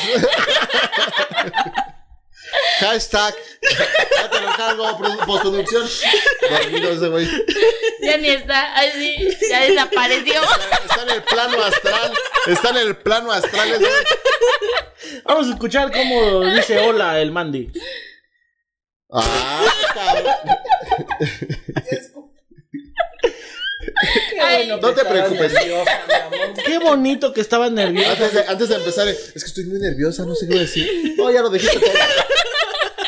Speaker 3: Hashtag. Ya te lo cargo, pro- postproducción. Dormido ese güey.
Speaker 1: Ya ni está, así, ya desapareció.
Speaker 3: Está en el plano astral. Está en el plano astral ese güey.
Speaker 2: Vamos a escuchar cómo dice hola el Mandy.
Speaker 3: Ah, cabrón.
Speaker 1: Ay,
Speaker 3: No te preocupes.
Speaker 2: Qué bonito que estaba nervioso.
Speaker 3: Antes de, antes de empezar, es que estoy muy nerviosa, no sé qué decir. No, ya lo dejé todo.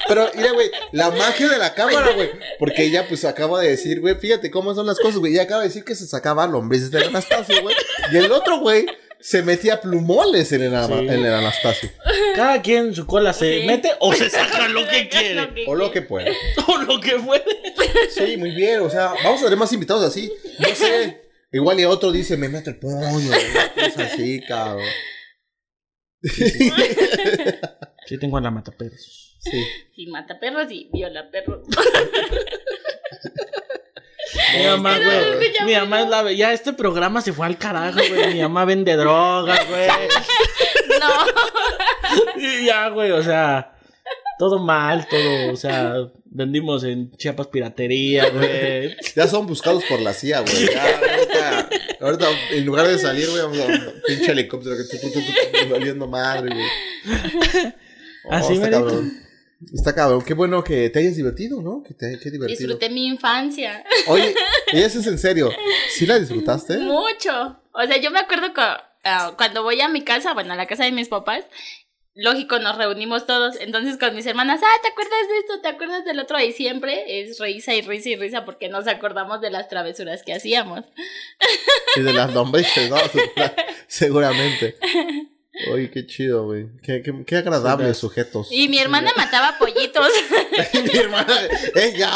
Speaker 3: Pero, mira, güey, la magia de la cámara, güey. Porque ella, pues, acaba de decir, güey, fíjate cómo son las cosas, güey. Ella acaba de decir que se sacaba lombrices del Anastasio, güey. Y el otro, güey, se metía plumones en el, ama-
Speaker 2: Sí.
Speaker 3: en el Anastasio.
Speaker 2: Cada quien su cola se
Speaker 1: Sí.
Speaker 2: mete o se saca lo
Speaker 1: [laughs]
Speaker 2: que quiere.
Speaker 3: O lo que pueda.
Speaker 2: [laughs] O lo que puede.
Speaker 3: Sí, muy bien, o sea, vamos a tener más invitados así. No sé. Igual y otro dice, me meto el puño. Es así, cabrón.
Speaker 2: Sí, tengo a la mataperros.
Speaker 3: Sí.
Speaker 1: Si mata perros y viola perros. [laughs]
Speaker 2: Mi mamá,
Speaker 1: no, no,
Speaker 2: güey.
Speaker 1: no, ya
Speaker 2: Mi
Speaker 1: me
Speaker 2: mamá es la. Ya este programa se fue al carajo, güey. Mi mamá vende drogas, güey.
Speaker 1: No.
Speaker 2: Y ya, güey, o sea. Todo mal, todo. O sea, vendimos en Chiapas piratería,
Speaker 1: [laughs]
Speaker 2: güey.
Speaker 3: Ya son buscados por la CIA, güey. Ya, ahorita, ahorita, en lugar de salir, güey, vamos a un pinche helicóptero que tu, tu, tu, tu, tu, valiendo madre, güey. Oh,
Speaker 2: Así,
Speaker 3: está
Speaker 2: marico.
Speaker 3: cabrón. Está cabrón. Qué bueno que te hayas divertido, ¿no? Que te, qué divertido.
Speaker 1: Disfruté mi infancia.
Speaker 3: Oye, y eso es en serio. ¿Sí la disfrutaste?
Speaker 1: Mucho. O sea, yo me acuerdo que ah, cuando voy a mi casa, bueno, a la casa de mis papás, lógico, nos reunimos todos. Entonces con mis hermanas, ah, ¿te acuerdas de esto? ¿Te acuerdas del otro? Y siempre es risa y risa y risa porque nos acordamos de las travesuras que hacíamos.
Speaker 3: Y de las lombrices, [laughs] ¿no? Seguramente. Oye, qué chido, güey. Qué, qué, qué agradables sujetos.
Speaker 1: Y mi hermana mataba pollitos.
Speaker 3: [laughs] Mi hermana, eh, ya,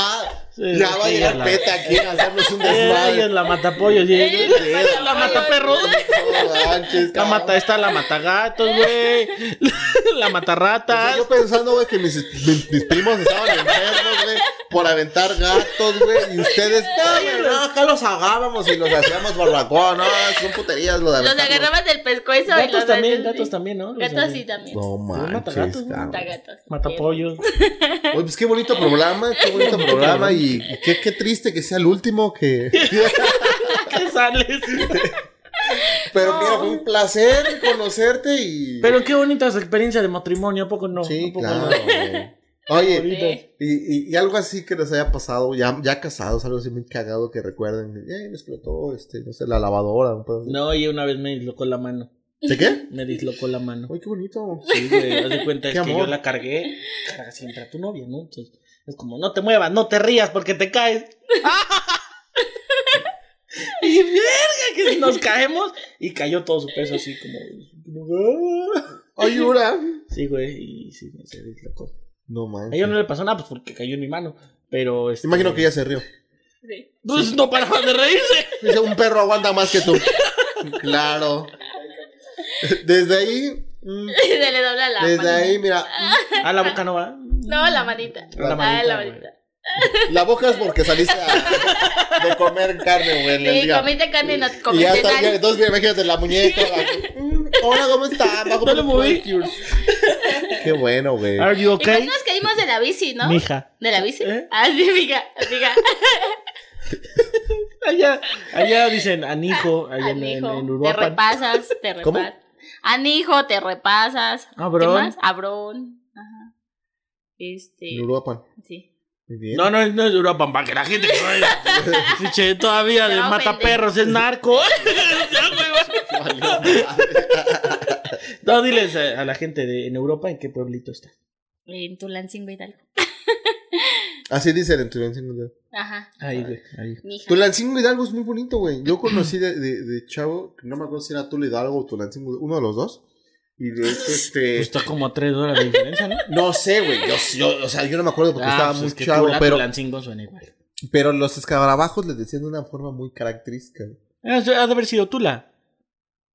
Speaker 2: Sí,
Speaker 3: ya va a
Speaker 2: sí,
Speaker 3: llegar
Speaker 2: ya la- Eh,
Speaker 3: Peta aquí a hacernos un
Speaker 2: Ella es
Speaker 3: desmadre.
Speaker 2: la matapollo,
Speaker 1: Ella es la
Speaker 2: La mataperros.
Speaker 3: No manches,
Speaker 2: La
Speaker 3: cabrón.
Speaker 2: mata, está la matagatos, güey. [laughs]
Speaker 3: O
Speaker 2: La
Speaker 3: sea,
Speaker 1: Pues
Speaker 2: matarratas.
Speaker 3: Pues, yo pensando, güey, que mis, mis- mis primos estaban enfermos, güey, por aventar gatos, güey, y ustedes, no, güey, no, acá los agábamos y los hacíamos barbacoa, no, son puterías lo de
Speaker 1: Los
Speaker 3: aventar
Speaker 1: agarrabas del pescuezo y
Speaker 2: Gatos
Speaker 1: los
Speaker 2: también,
Speaker 1: hacías-
Speaker 2: gatos también, pues, ¿no? Los
Speaker 1: Gatos
Speaker 2: hacían.
Speaker 1: sí también.
Speaker 3: No
Speaker 2: mata
Speaker 3: manches,
Speaker 2: gatos, ¿no?
Speaker 3: cabrón.
Speaker 1: Mata gatos.
Speaker 2: Matapollos.
Speaker 3: Oye, pues qué bonito programa, qué bonito programa, y, y qué, qué triste que sea el último que... [laughs]
Speaker 2: ¿Qué sales?
Speaker 3: Pero mira, fue un placer conocerte y...
Speaker 2: Pero qué bonita esa experiencia de matrimonio, ¿a poco no?
Speaker 3: Sí,
Speaker 2: ¿A poco
Speaker 3: claro.
Speaker 2: no?
Speaker 3: güey. Oye,
Speaker 1: Sí.
Speaker 3: Y, y, y algo así que les haya pasado, ya, ya casados, algo así muy cagado que recuerden. de, "Ay, me explotó, este, no sé, la lavadora. Un pedo así".
Speaker 2: No, y una vez me dislocó la mano.
Speaker 3: ¿De qué?
Speaker 2: Me dislocó la mano.
Speaker 3: Uy, qué bonito.
Speaker 2: Sí, güey, haz de cuenta
Speaker 3: Qué
Speaker 2: que
Speaker 3: amor.
Speaker 2: yo la cargué. Carga siempre a tu novia, ¿no? Entonces, es como, no te muevas, no te rías porque te caes. [laughs] y verga, que nos caemos. Y cayó todo su peso así como. [laughs] como-
Speaker 3: [laughs] Ayura.
Speaker 2: Sí, güey, y sí, se dislocó.
Speaker 3: No
Speaker 2: A
Speaker 3: manches.
Speaker 2: ella no le pasó nada, pues porque cayó en mi mano. Pero. este,
Speaker 3: Imagino que ella se rió.
Speaker 1: Sí.
Speaker 2: Pues no paraba de reírse.
Speaker 3: Dice, un perro aguanta más [laughs] que tú. claro. Desde ahí. mm,
Speaker 1: [laughs] Se le dobla la
Speaker 3: Desde
Speaker 1: manita.
Speaker 3: ahí, mira.
Speaker 2: A la boca no va.
Speaker 1: No, la manita.
Speaker 2: La
Speaker 1: Ah,
Speaker 2: manita,
Speaker 1: la
Speaker 2: güey.
Speaker 1: manita.
Speaker 3: mm, La boca es porque saliste a- de comer carne, güey. en el
Speaker 1: Sí,
Speaker 3: día.
Speaker 1: comiste carne y no
Speaker 3: Y ya
Speaker 1: comiste
Speaker 3: está, ya-
Speaker 1: nada.
Speaker 3: entonces mira, imagínate la muñeca. la-
Speaker 2: [laughs]
Speaker 3: Mm, Hola, ¿cómo está? Bajo
Speaker 2: No le moví.
Speaker 3: pedicures. Qué bueno, güey.
Speaker 2: ¿Are you
Speaker 1: Igual
Speaker 2: okay?
Speaker 1: pues nos caímos fuimos de la bici, ¿no?
Speaker 2: Mija.
Speaker 1: ¿De la bici?
Speaker 2: ¿Eh?
Speaker 1: Ah, sí, mija, mija.
Speaker 2: [laughs] Allá, allá dicen anijo, allá en- en,
Speaker 1: Anijo,
Speaker 2: en
Speaker 1: te
Speaker 2: Uruapan.
Speaker 1: repasas, te
Speaker 2: [laughs]
Speaker 3: ¿Cómo?
Speaker 1: repasas. Anijo, te repasas.
Speaker 2: Abrón.
Speaker 1: ¿Qué más? Abrón. Ajá. Este,
Speaker 3: En Uruapan.
Speaker 1: sí.
Speaker 3: Muy bien.
Speaker 2: No, no, no es Uruapan, para que la gente que no
Speaker 1: [laughs]
Speaker 2: haya- Che, todavía
Speaker 1: Se
Speaker 2: de
Speaker 1: va a
Speaker 2: mata
Speaker 1: ofender.
Speaker 2: perros, es
Speaker 1: [laughs]
Speaker 2: narco. [laughs] Ya, güey.
Speaker 3: Valió madre.
Speaker 2: no, diles a, a la gente de en Europa en qué pueblito está.
Speaker 1: En Tulancingo Hidalgo.
Speaker 3: [laughs] Así dicen en Tulancingo Hidalgo.
Speaker 1: Ajá.
Speaker 2: Ahí, güey, ahí.
Speaker 1: Mija.
Speaker 3: Tulancingo Hidalgo es muy bonito, güey. Yo conocí de, de, de chavo, no me acuerdo si era Tula Hidalgo o Tulancingo, uno de los dos. Y de
Speaker 2: [laughs]
Speaker 3: hecho,
Speaker 2: Pues
Speaker 3: este.
Speaker 2: está como a tres horas de diferencia, [laughs] ¿no?
Speaker 3: No sé, güey. Yo, yo- o sea, yo no me acuerdo porque estaba
Speaker 2: pues
Speaker 3: muy
Speaker 2: es que
Speaker 3: chavo.
Speaker 2: Tula,
Speaker 3: Pero,
Speaker 2: Tulancingo suena igual.
Speaker 3: pero los escabrabajos les decían de una forma muy característica. güey.
Speaker 2: Ah, eso Ha de haber sido Tula.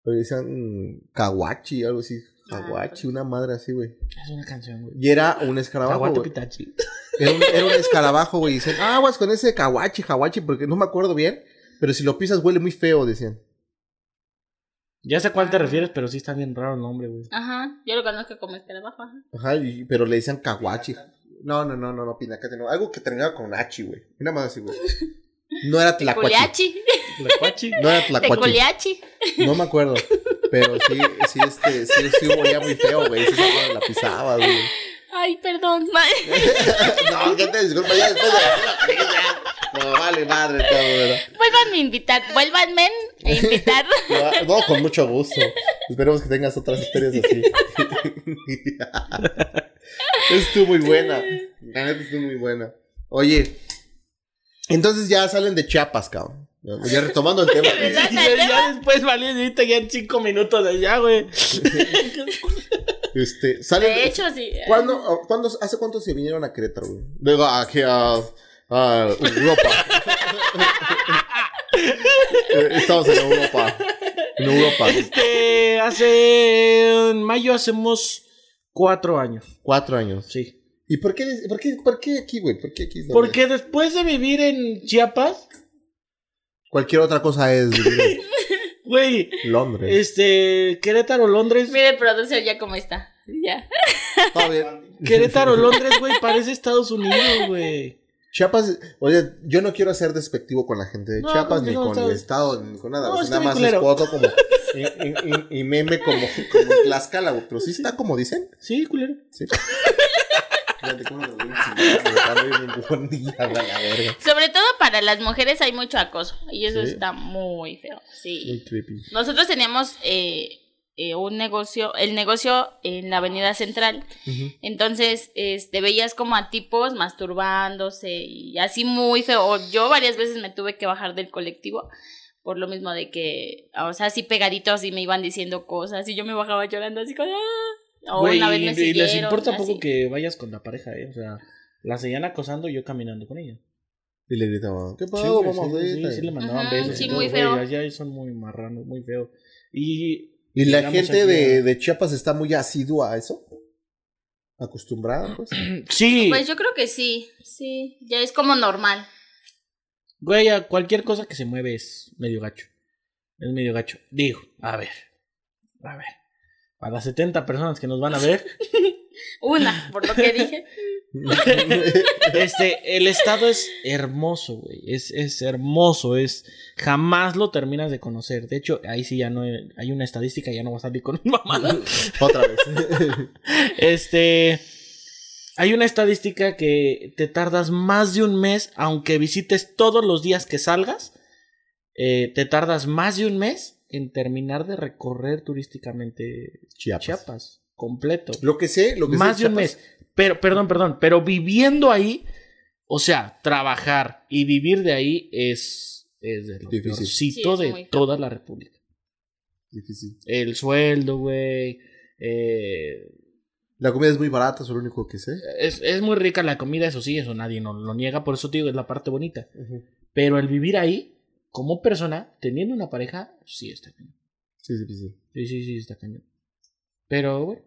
Speaker 3: Le decían mm, Kawachi, algo así.
Speaker 1: Ah,
Speaker 3: Kawachi, una madre así, güey.
Speaker 2: Es una canción, güey.
Speaker 3: Y era un escarabajo.
Speaker 2: Aguante,
Speaker 3: güey.
Speaker 2: Pitachi.
Speaker 3: Era un, era un escarabajo, güey. Y Dicen, "Ah, aguas con ese kawachi, kawachi, porque no me acuerdo bien. Pero si lo pisas huele muy feo, decían.
Speaker 2: Ya sé a cuál te refieres, pero sí está bien raro el nombre, [laughs] güey.
Speaker 1: Ajá. Yo lo conozco como escarabajo. Ajá.
Speaker 3: Ajá, y- pero le decían kawachi. No, no, no, no, no, pinacate, no. Algo que terminaba con hachi, güey. Una más así, güey. No era tlacuachi.
Speaker 1: Culiachi.
Speaker 2: Tlacuachi.
Speaker 3: No era
Speaker 1: De
Speaker 3: tlacuachi.
Speaker 1: culiachi.
Speaker 3: No me acuerdo. Pero sí, sí, este, sí, sí olía muy feo, güey. Sí, se la pisaba, güey.
Speaker 1: Ay, perdón. ma- [laughs]
Speaker 3: no, que te disculpa, ya después de la película. No, vale madre, todo, ¿verdad?
Speaker 1: Vuelvan a invitar. Vuelvan, men, a
Speaker 2: [laughs]
Speaker 1: invitar.
Speaker 3: No, no, con mucho gusto. Esperemos que tengas otras historias así. [laughs] estuvo muy buena. La neta estuvo muy buena. Oye, entonces ya salen de Chiapas, cabrón. Ya retomando el
Speaker 1: [laughs]
Speaker 3: tema.
Speaker 1: ¿Verdad?
Speaker 2: Ya, ya después valió, ahorita ya en cinco minutos de allá, güey.
Speaker 3: Este, salen.
Speaker 1: De hecho, sí.
Speaker 3: ¿cuándo, oh, cuándo- ¿Hace cuánto se vinieron a Creta, güey? Digo, aquí a, a Europa. [laughs] Eh, Estamos en Europa. En Europa.
Speaker 2: Este, hace. En mayo hacemos cuatro años.
Speaker 3: Cuatro años.
Speaker 2: Sí.
Speaker 3: ¿Y por qué, por qué, por qué aquí, güey? ¿Por qué aquí? es donde-
Speaker 2: Porque después de vivir en Chiapas,
Speaker 3: Cualquier otra cosa es vivir
Speaker 2: güey, [laughs]
Speaker 3: en Londres.
Speaker 2: este, Querétaro, Londres,
Speaker 1: Mire el producer ya cómo está. Ya.
Speaker 3: Está bien.
Speaker 2: Querétaro, Londres, güey, parece Estados Unidos, güey.
Speaker 3: [laughs] Chiapas, oye, yo no quiero ser despectivo con la gente de
Speaker 2: No,
Speaker 3: Chiapas,
Speaker 2: como que
Speaker 3: ni
Speaker 2: no,
Speaker 3: con
Speaker 2: está
Speaker 3: el
Speaker 2: bien.
Speaker 3: estado, ni con nada.
Speaker 2: No,
Speaker 3: o sea,
Speaker 2: está
Speaker 3: nada
Speaker 2: bien
Speaker 3: más
Speaker 2: culero.
Speaker 3: es codo como y, y- y- y meme como, como en Tlaxcala, güey. Pero sí está como dicen.
Speaker 2: Sí, culero.
Speaker 3: Sí. Fíjate cómo nos vemos chingando, tratando de ningún día, a la verga.
Speaker 1: Sobre todo para las mujeres hay mucho acoso. Y eso
Speaker 3: Sí.
Speaker 1: está muy feo. Sí.
Speaker 3: Muy creepy.
Speaker 1: Nosotros teníamos eh, eh, un negocio, el negocio en la avenida central. Entonces, este, veías como a tipos masturbándose y así muy feo. O Yo varias veces me tuve que bajar del colectivo por lo mismo de que, o sea, así pegaditos y me iban diciendo cosas y yo me bajaba llorando así como, "Ah". O
Speaker 2: Güey,
Speaker 1: una vez
Speaker 2: y,
Speaker 1: me
Speaker 2: y les
Speaker 1: siguieron,
Speaker 2: importa
Speaker 1: así.
Speaker 2: poco que vayas con la pareja, eh. O sea, la seguían acosando y yo caminando con ella.
Speaker 3: Y le gritaba, ¿qué
Speaker 2: Sí,
Speaker 3: pasó?
Speaker 2: güey,
Speaker 3: Vamos
Speaker 2: sí,
Speaker 3: a eh".
Speaker 2: sí, sí le mandaban
Speaker 1: Ajá,
Speaker 2: besos. y
Speaker 1: sí,
Speaker 2: todo,
Speaker 1: muy
Speaker 2: güey,
Speaker 1: feo.
Speaker 2: Allá son muy marranos, muy feo. Y.
Speaker 3: ¿Y la
Speaker 2: Llegamos
Speaker 3: gente
Speaker 2: aquí a-
Speaker 3: de, de Chiapas está muy asidua a eso? ¿Acostumbrada, pues?
Speaker 2: Sí,
Speaker 1: Pues yo creo que sí, sí, ya es como normal.
Speaker 2: güey, a cualquier cosa que se mueve es medio gacho. Es medio gacho. Digo, a ver. A ver. Para las 70 personas que nos van a ver,
Speaker 1: Una, por lo que dije. [laughs]
Speaker 2: Este, el estado es hermoso, güey. Es, es hermoso, es. Jamás lo terminas de conocer. De hecho, ahí sí ya no he- hay una estadística, ya no va a salir con mi mamada.
Speaker 3: [laughs] Otra vez. [laughs]
Speaker 2: Este. Hay una estadística que te tardas más de un mes, aunque visites todos los días que salgas. eh, te tardas más de un mes en terminar de recorrer turísticamente
Speaker 3: Chiapas.
Speaker 2: Chiapas completo
Speaker 3: Lo que sé, lo que sé
Speaker 2: más de un
Speaker 3: Chiapas-
Speaker 2: mes. Pero, perdón, perdón, pero viviendo ahí, o sea, trabajar y vivir de ahí es, es de lo
Speaker 3: Difícil.
Speaker 2: peorcito
Speaker 1: Sí, es muy
Speaker 2: de
Speaker 1: feo.
Speaker 2: toda la república.
Speaker 3: Difícil.
Speaker 2: El sueldo, güey. eh,
Speaker 3: La comida es muy barata, es lo único que sé.
Speaker 2: es, es muy rica la comida, eso sí, eso nadie no lo niega, por eso te digo, es la parte bonita. Pero el vivir ahí, como persona, teniendo una pareja, sí está cañón.
Speaker 3: Sí, es difícil.
Speaker 2: Sí, sí, sí, está cañón. Pero, güey.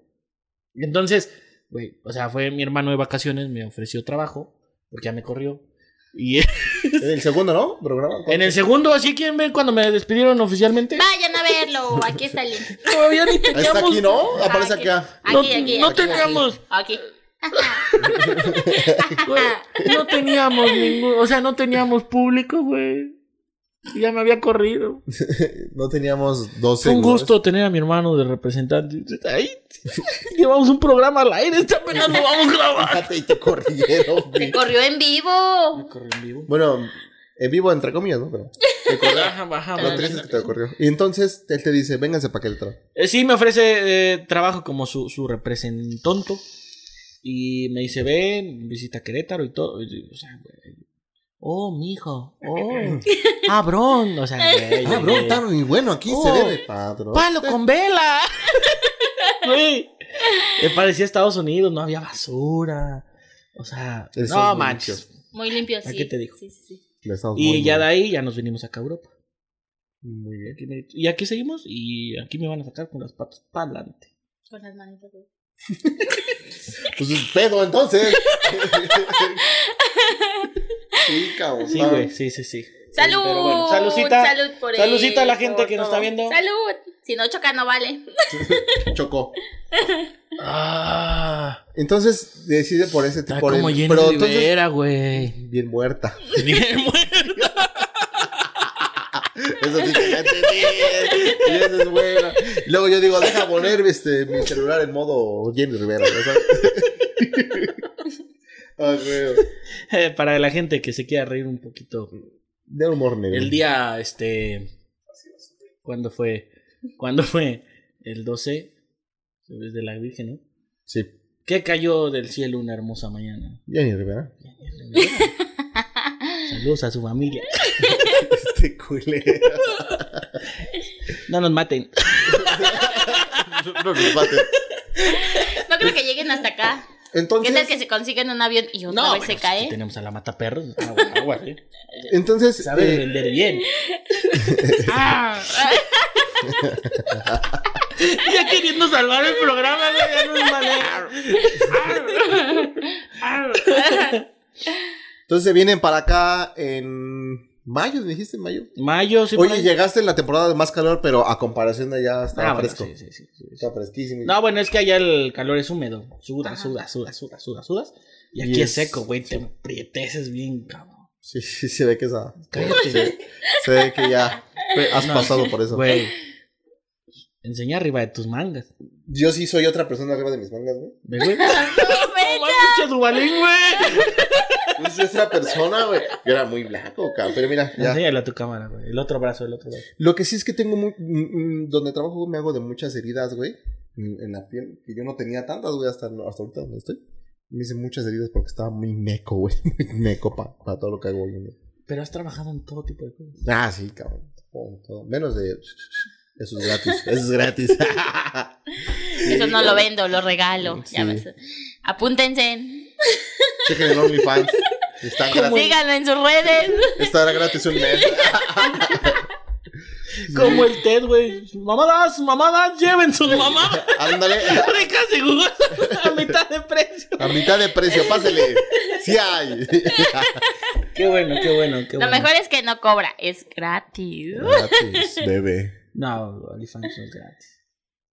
Speaker 2: Entonces, güey, o sea, fue mi hermano de vacaciones, me ofreció trabajo, porque ya me corrió. Y [laughs]
Speaker 3: En el segundo, ¿no? Programa.
Speaker 2: En el segundo, así quieren ver cuando me despidieron oficialmente.
Speaker 1: Vayan a verlo, aquí está el link.
Speaker 2: Todavía ni
Speaker 3: Ahí
Speaker 2: teníamos.
Speaker 3: está aquí, Ah, ¿no? Aparece
Speaker 1: Aquí.
Speaker 3: acá.
Speaker 2: No,
Speaker 1: Aquí, aquí,
Speaker 2: no
Speaker 1: aquí.
Speaker 2: [laughs] teníamos.
Speaker 1: Aquí.
Speaker 2: Güey, no teníamos ningún, o sea, no teníamos público, güey. Y Ya me había corrido.
Speaker 3: No teníamos 12
Speaker 2: Fue un
Speaker 3: seguidores.
Speaker 2: gusto tener a mi hermano de representante. Ahí, [laughs] llevamos un programa al aire, esta apenas lo vamos a grabar.
Speaker 3: Fíjate, y te [laughs] corrieron,
Speaker 1: Te
Speaker 3: güey.
Speaker 1: corrió en vivo.
Speaker 3: Bueno, en vivo, entre comillas, ¿no? Pero te corrió.
Speaker 2: Baja, baja,
Speaker 3: Lo
Speaker 1: Ah,
Speaker 3: triste
Speaker 2: baja.
Speaker 3: es que te corrió. Y entonces él te dice, vénganse para aquel trabajo.
Speaker 2: Eh, Sí, me ofrece eh, trabajo como su, su representonto. Y me dice, ven, visita Querétaro y todo. Y digo, o sea, güey, Oh, mijo. Oh.
Speaker 3: [laughs]
Speaker 2: Abrón. O sea, güey,
Speaker 3: Ah, bro,
Speaker 2: güey.
Speaker 3: tan y bueno, aquí
Speaker 2: Oh.
Speaker 3: se debe. Padrón.
Speaker 2: Palo
Speaker 3: [laughs]
Speaker 2: con vela. Güey. Me parecía Estados Unidos, no había basura. O sea,
Speaker 3: Esos
Speaker 2: no
Speaker 3: limpios.
Speaker 2: manches.
Speaker 1: Muy limpio, sí.
Speaker 2: qué te dijo?
Speaker 1: Sí, sí, sí.
Speaker 3: Le estamos
Speaker 2: Y
Speaker 3: Pues muy
Speaker 2: ya de
Speaker 3: mal.
Speaker 2: ahí ya nos vinimos acá a Europa.
Speaker 3: Muy bien.
Speaker 2: Aquí me- Y aquí seguimos y aquí me van a sacar con las patas para adelante.
Speaker 1: Con las manitas. güey.
Speaker 3: Pues es pedo,
Speaker 2: [laughs]
Speaker 3: entonces. sí, cabrón.
Speaker 2: Sí, güey, sí, sí, sí.
Speaker 1: ¡Salud!
Speaker 2: pero bueno, salucita.
Speaker 1: Salud por
Speaker 2: Salucita a la gente
Speaker 1: por
Speaker 2: que nos
Speaker 1: todo.
Speaker 2: está viendo.
Speaker 1: ¡Salud! Si no choca, no vale.
Speaker 3: Chocó.
Speaker 2: Ah,
Speaker 3: Entonces decide por ese
Speaker 2: está
Speaker 3: tipo
Speaker 2: como
Speaker 3: de.
Speaker 2: Jenny
Speaker 3: Pero entonces.
Speaker 2: Rivera, güey.
Speaker 3: [laughs] Bien muerta.
Speaker 2: Bien muerta.
Speaker 3: Eso sí, te entendí. Y eso es bueno. Y Luego yo digo, deja poner este, mi celular en modo Jenny Rivera. ¿ya sabes? Ah, güey.
Speaker 2: Eh, [laughs] Para la gente que se quiera reír un poquito.
Speaker 3: De humor negro.
Speaker 2: El día, este. ¿Cuándo fue? ¿Cuándo fue? El 12. Desde la Virgen, ¿no?
Speaker 3: Sí.
Speaker 2: Que cayó del cielo una hermosa mañana.
Speaker 3: Jenny Rivera.
Speaker 2: Saludos a su familia.
Speaker 3: Este culero.
Speaker 2: No nos maten.
Speaker 3: [laughs] No, no, mate.
Speaker 1: No creo que lleguen hasta acá. ¿Qué
Speaker 3: Entonces,
Speaker 1: tal que se consiguen un avión y una vez
Speaker 2: bueno,
Speaker 1: se
Speaker 2: pues,
Speaker 1: cae?
Speaker 2: aquí tenemos a la mata perros. Agua, [laughs] agua, ¿eh?
Speaker 3: entonces
Speaker 2: Sabe
Speaker 3: eh,
Speaker 2: defender bien.
Speaker 1: Ah,
Speaker 2: [laughs] Ya queriendo salvar el programa, güey, ya no es manera.
Speaker 3: entonces vienen para acá en mayo, ¿me dijiste en mayo?
Speaker 2: Mayo, sí. por
Speaker 3: Oye,
Speaker 2: ahí.
Speaker 3: llegaste en la temporada de más calor, pero a comparación de allá estaba
Speaker 2: Ah, bueno,
Speaker 3: fresco.
Speaker 2: sí, sí, sí, sí.
Speaker 3: Está fresquísimo.
Speaker 2: No, bueno, es que allá el calor es húmedo. Sudas,
Speaker 1: Ajá.
Speaker 2: sudas, sudas, sudas, sudas, sudas. Y
Speaker 3: Y
Speaker 2: aquí es,
Speaker 3: es-
Speaker 2: seco, güey. Te prieteces bien, cabrón.
Speaker 3: Sí, sí, se ve que esa.
Speaker 2: [laughs] Cállate.
Speaker 3: Se ve que ya has
Speaker 2: No,
Speaker 3: pasado por eso.
Speaker 2: Güey. Enseña arriba de tus mangas.
Speaker 3: Yo sí soy otra persona arriba de mis mangas, güey.
Speaker 2: ¿Ve,
Speaker 1: [laughs]
Speaker 2: güey?
Speaker 1: güey.
Speaker 2: ¡Toma, pinche Dubalín, güey!
Speaker 3: Yo soy Pues, otra persona, güey. Yo era muy blanco, cabrón. Pero mira, ya.
Speaker 2: Enséñale a tu cámara, güey. El otro brazo, el otro brazo.
Speaker 3: Lo que sí es que tengo muy, mm, mm, donde trabajo me hago de muchas heridas, güey, en, en la piel, que yo no tenía tantas, güey, hasta, hasta ahorita donde estoy. Me hice muchas heridas porque estaba muy meco, güey, [laughs] muy meco para todo lo que hago hoy en día.
Speaker 2: Pero has trabajado en todo tipo de cosas.
Speaker 3: Ah, sí, cabrón. todo, todo. Menos de... Eso es gratis, eso es gratis. [laughs]
Speaker 1: Eso no lo vendo, lo regalo.
Speaker 3: Sí.
Speaker 1: Ya ves. Apúntense.
Speaker 3: Chequen el OnlyFans.
Speaker 1: [laughs]
Speaker 3: Está gratis,
Speaker 1: Síganlo en sus redes.
Speaker 3: estará gratis un [laughs] mes.
Speaker 2: Como el Ted, güey. Mamadas, mamadas, lleven sus [laughs] mamadas.
Speaker 3: Ándale,
Speaker 2: Ricas y jugosas [laughs] a mitad de precio.
Speaker 3: a mitad de precio, pásele. Sí hay.
Speaker 2: Qué bueno, qué bueno, qué
Speaker 1: Lo
Speaker 2: bueno.
Speaker 1: mejor es que no cobra, es gratis.
Speaker 3: Gratis, bebé.
Speaker 2: No, OnlyFans no es gratis.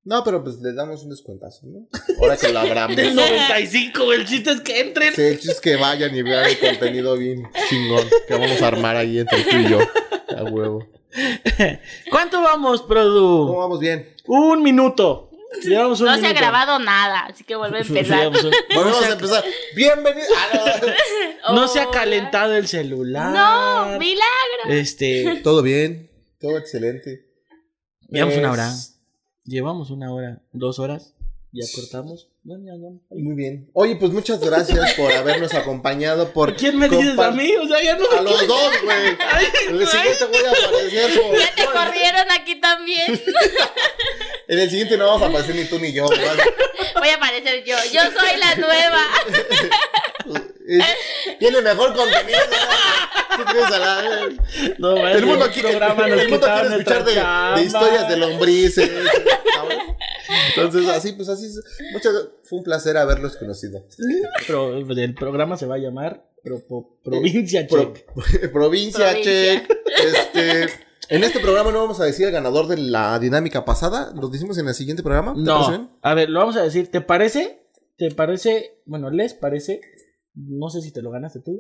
Speaker 3: No, pero pues le damos un descuentazo, ¿no? Ahora que la abramos.
Speaker 2: Del 95, güey. El chiste es que entren.
Speaker 3: Sí, el chiste es que vayan y vean el contenido bien chingón que vamos a armar ahí entre tú y yo. A huevo.
Speaker 2: ¿Cuánto vamos,
Speaker 3: ¿Cómo
Speaker 2: Produ?
Speaker 3: vamos bien?
Speaker 2: Un minuto. Llevamos un
Speaker 1: No se ha
Speaker 2: minuto.
Speaker 1: grabado nada, así que vuelve a empezar.
Speaker 2: Llevamos un-
Speaker 3: Volvemos a empezar. Bienvenido. Ah, no.
Speaker 1: [laughs]
Speaker 2: No se ha
Speaker 1: Hola.
Speaker 2: calentado el celular.
Speaker 1: Oh, No, milagro.
Speaker 2: Este,
Speaker 3: Todo bien. Todo excelente.
Speaker 2: llevamos una
Speaker 3: Es-
Speaker 2: hora. Llevamos una hora, dos horas. Ya cortamos. Bueno, ya no.
Speaker 3: Muy bien. Oye, pues muchas gracias por habernos acompañado. Por
Speaker 2: ¿Por quién me dices
Speaker 3: compa-
Speaker 2: a mí? O sea, ya no.
Speaker 3: A los dos, güey. En el siguiente voy a aparecer. como-
Speaker 1: Ya te corrieron aquí también.
Speaker 3: En el siguiente no vamos a aparecer ni tú ni yo. ¿verdad?
Speaker 1: Voy a aparecer yo. Yo soy la nueva.
Speaker 3: Es- Tiene mejor contenido. ¿no? ¿Qué crees a la- eh.
Speaker 2: No, man,
Speaker 3: El mundo
Speaker 2: el
Speaker 3: aquí
Speaker 2: programa
Speaker 3: el
Speaker 2: nos
Speaker 3: mundo
Speaker 2: quitaba
Speaker 3: quiere
Speaker 2: nuestra
Speaker 3: escuchar de,
Speaker 2: chamba.
Speaker 3: de historias de lombrices. ¿sabes? Entonces, así, pues así. es. Muchas, fue un placer haberlos conocido. [laughs]
Speaker 2: Pro- pues, el programa se va a llamar Pro- Pro- Provincia
Speaker 3: Eh, Pro-
Speaker 2: Check.
Speaker 3: provincia,
Speaker 1: Provincia.
Speaker 3: check. Este. En este programa no vamos a decir el ganador de la dinámica pasada. Lo decimos en el siguiente programa. ¿te parece bien?
Speaker 2: No, a ver, lo vamos a decir. ¿Te parece? ¿Te parece, bueno, les parece, no sé si te lo ganaste tú,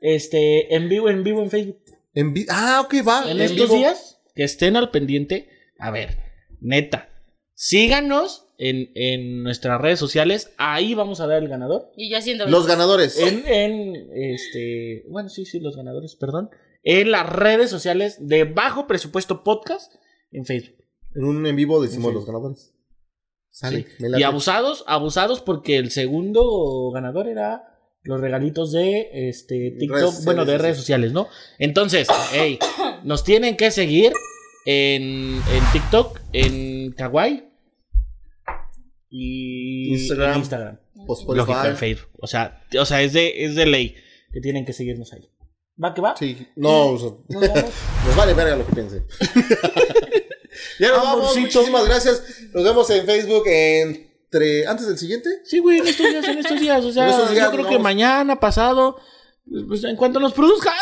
Speaker 2: este, en vivo, en vivo en Facebook,
Speaker 3: En vi- ah, ok, va.
Speaker 2: en
Speaker 3: en
Speaker 2: estos
Speaker 3: vivo.
Speaker 2: días, que estén al pendiente, a ver, neta, síganos en, en nuestras redes sociales, ahí vamos a dar el ganador,
Speaker 1: Y yo haciendo.
Speaker 3: Los ganadores.
Speaker 2: en, en, este, bueno, sí, sí, los ganadores, perdón, en las redes sociales de Bajo Presupuesto Podcast en Facebook.
Speaker 3: En un en vivo decimos
Speaker 2: Sí.
Speaker 3: los ganadores. Sale.
Speaker 2: Sí.
Speaker 3: me late.
Speaker 2: Y abusados, abusados porque el segundo ganador era los regalitos de este TikTok,
Speaker 3: Redes
Speaker 2: bueno, de
Speaker 3: sociales,
Speaker 2: redes
Speaker 3: sí.
Speaker 2: sociales, ¿no?
Speaker 3: [coughs]
Speaker 2: Entonces, hey, nos tienen que seguir en, en TikTok, en Kawaii y
Speaker 3: Instagram.
Speaker 2: en Instagram.
Speaker 3: Pues, por-
Speaker 2: Lógico,
Speaker 3: Spotify.
Speaker 2: en Facebook. O sea, o sea, es de, es de ley que tienen que seguirnos ahí. ¿Va que va?
Speaker 3: Sí. No, o sea,
Speaker 2: Nos vamos.
Speaker 3: nos vale verga lo que
Speaker 2: [laughs]
Speaker 3: piense. ya nos vamos.
Speaker 2: Amorcito.
Speaker 3: Muchísimas gracias. Nos vemos en Facebook entre. Antes del siguiente.
Speaker 2: Sí, güey, en estos días, en estos días. O sea,
Speaker 3: En estos días
Speaker 2: yo creo
Speaker 3: nos
Speaker 2: que
Speaker 3: vamos.
Speaker 2: mañana, pasado, pues, en cuanto nos produzca.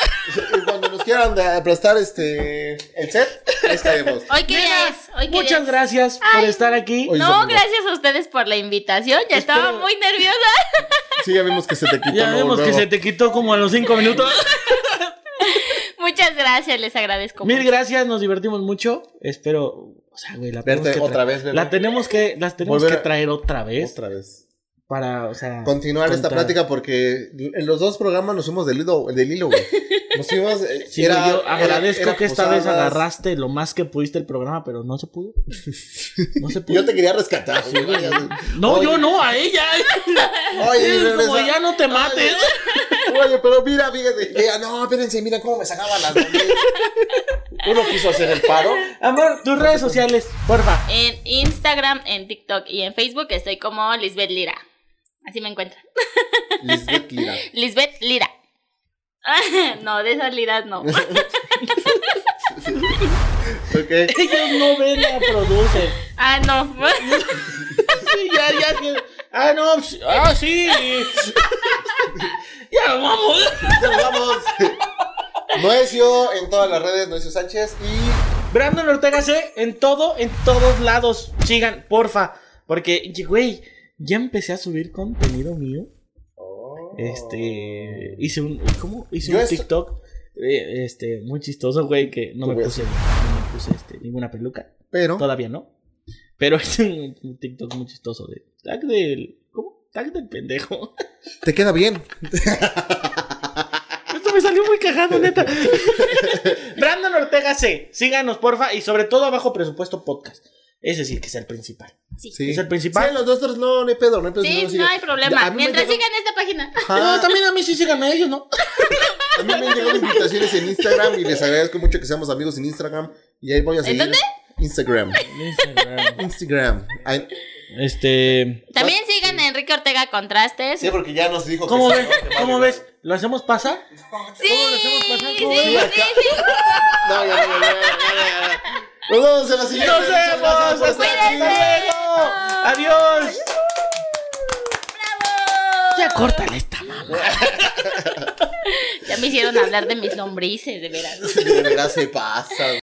Speaker 3: Y cuando nos quieran de- eh, prestar este el set, ahí estaremos.
Speaker 1: Hoy qué día es, hoy qué día
Speaker 2: Muchas
Speaker 1: es.
Speaker 2: gracias por estar aquí.
Speaker 3: Hoy es
Speaker 1: No,
Speaker 3: domingo.
Speaker 1: gracias a ustedes por la invitación. Ya estaba muy nerviosa.
Speaker 3: Sí, ya vimos que se te quitó.
Speaker 2: Ya
Speaker 3: luego,
Speaker 2: vemos que
Speaker 3: luego.
Speaker 2: se te quitó como a los cinco minutos.
Speaker 1: Muchas gracias, les agradezco.
Speaker 2: Mil
Speaker 1: mucho.
Speaker 2: gracias, nos divertimos mucho. Espero, o sea, güey, la
Speaker 3: Verte
Speaker 2: tenemos que
Speaker 3: otra
Speaker 2: traer.
Speaker 3: vez, bebé.
Speaker 2: La tenemos que, las tenemos
Speaker 3: Volver
Speaker 2: que
Speaker 3: a-
Speaker 2: traer otra vez
Speaker 3: Otra vez.
Speaker 2: para, o sea,
Speaker 3: Continuar esta
Speaker 2: contar.
Speaker 3: plática porque en los dos programas nos fuimos del hilo, del hilo güey. Nos fuimos. eh,
Speaker 2: Sí,
Speaker 3: era-
Speaker 2: güey, yo
Speaker 3: era-
Speaker 2: agradezco
Speaker 3: era
Speaker 2: que esta vez
Speaker 3: posadas.
Speaker 2: agarraste lo más que pudiste el programa, pero no se pudo. No se pudo.
Speaker 3: Yo te quería rescatar. güey.
Speaker 2: No,
Speaker 3: Oye,
Speaker 2: yo no, a ella. [laughs]
Speaker 3: Oye,
Speaker 2: Es como
Speaker 3: regresa. Ah,
Speaker 2: ya no te mates.
Speaker 3: Oye, pero mira, fíjate. Mira, no, espérense, mira cómo me sacaban las. Uno quiso hacer el paro.
Speaker 2: Amor, tus redes sociales, porfa. [laughs]
Speaker 1: En Instagram, en TikTok y en Facebook estoy como Lisbeth Lira. Así me encuentran.
Speaker 3: Lisbeth Lira.
Speaker 1: Lisbeth Lira. [laughs] No, de esas liras no.
Speaker 3: Ok.
Speaker 2: Ellos no ven la producen.
Speaker 1: Ah, no.
Speaker 2: Sí, ya, ya, ya. Ah, no, pues, ah, sí. [laughs] ya nos vamos.
Speaker 3: Ya nos vamos. Noesio en todas las redes, Noesio Sánchez. Y
Speaker 2: Brandon Ortega C en todo, en todos lados. Sigan, porfa. Porque, güey, ya empecé a subir contenido mío.
Speaker 3: oh.
Speaker 2: Este. Hice un. ¿Cómo? Hice
Speaker 3: Yo
Speaker 2: un
Speaker 3: esto-
Speaker 2: TikTok. eh, Este, muy chistoso, güey, que no me
Speaker 3: Güey.
Speaker 2: puse, no me puse este, ninguna peluca.
Speaker 3: pero
Speaker 2: Todavía no. Pero [laughs] es un un TikTok muy chistoso de tag del. ¿Cómo? Tag del pendejo.
Speaker 3: te queda bien.
Speaker 2: [laughs] Esto me salió muy cagado, neta. [laughs] Brandon Ortega C. Síganos, porfa. Y sobre todo, bajo presupuesto podcast. Ese sí que es el principal.
Speaker 3: Sí.
Speaker 2: Es el principal.
Speaker 3: Sí, los dos tres no, no hay pedo, no hay pedo.
Speaker 1: Sí,
Speaker 3: sigue.
Speaker 1: no hay
Speaker 3: A
Speaker 1: problema.
Speaker 3: mí me
Speaker 1: Mientras
Speaker 3: llegó-
Speaker 1: sigan esta página.
Speaker 3: Ajá,
Speaker 2: No, también a mí sí síganme a ellos, ¿no?
Speaker 3: a mí me han llegado invitaciones en Instagram y les agradezco mucho que seamos amigos en Instagram. Y ahí voy a seguir.
Speaker 1: dónde?
Speaker 3: Instagram. Instagram. Ay,
Speaker 2: Este.
Speaker 1: También sigan a Enrique Ortega Contrastes.
Speaker 3: sí, porque ya nos dijo que
Speaker 2: ¿Cómo
Speaker 3: sí,
Speaker 2: ves?
Speaker 3: ¿no? Que vale,
Speaker 2: ¿Cómo
Speaker 3: vale.
Speaker 2: ves? ¿Lo hacemos pasar?
Speaker 1: Sí,
Speaker 2: ¿Cómo lo hacemos pasar?
Speaker 1: sí,
Speaker 2: ¿Cómo lo
Speaker 1: sí,
Speaker 2: hacemos
Speaker 1: sí.
Speaker 3: No, ya, ya, ya, ya, ya, ya. Nos vemos en la siguiente.
Speaker 2: ¡Nos
Speaker 3: Muchas
Speaker 2: vemos!
Speaker 3: gracias por
Speaker 2: ¡Hasta
Speaker 3: estar aquí.
Speaker 2: luego! ¡Adiós!
Speaker 1: ¡Bravo!
Speaker 2: Ya córtale
Speaker 1: [laughs]
Speaker 2: esta mamá.
Speaker 1: Ya me hicieron hablar de mis lombrices, de veras.
Speaker 3: De verdad se pasa.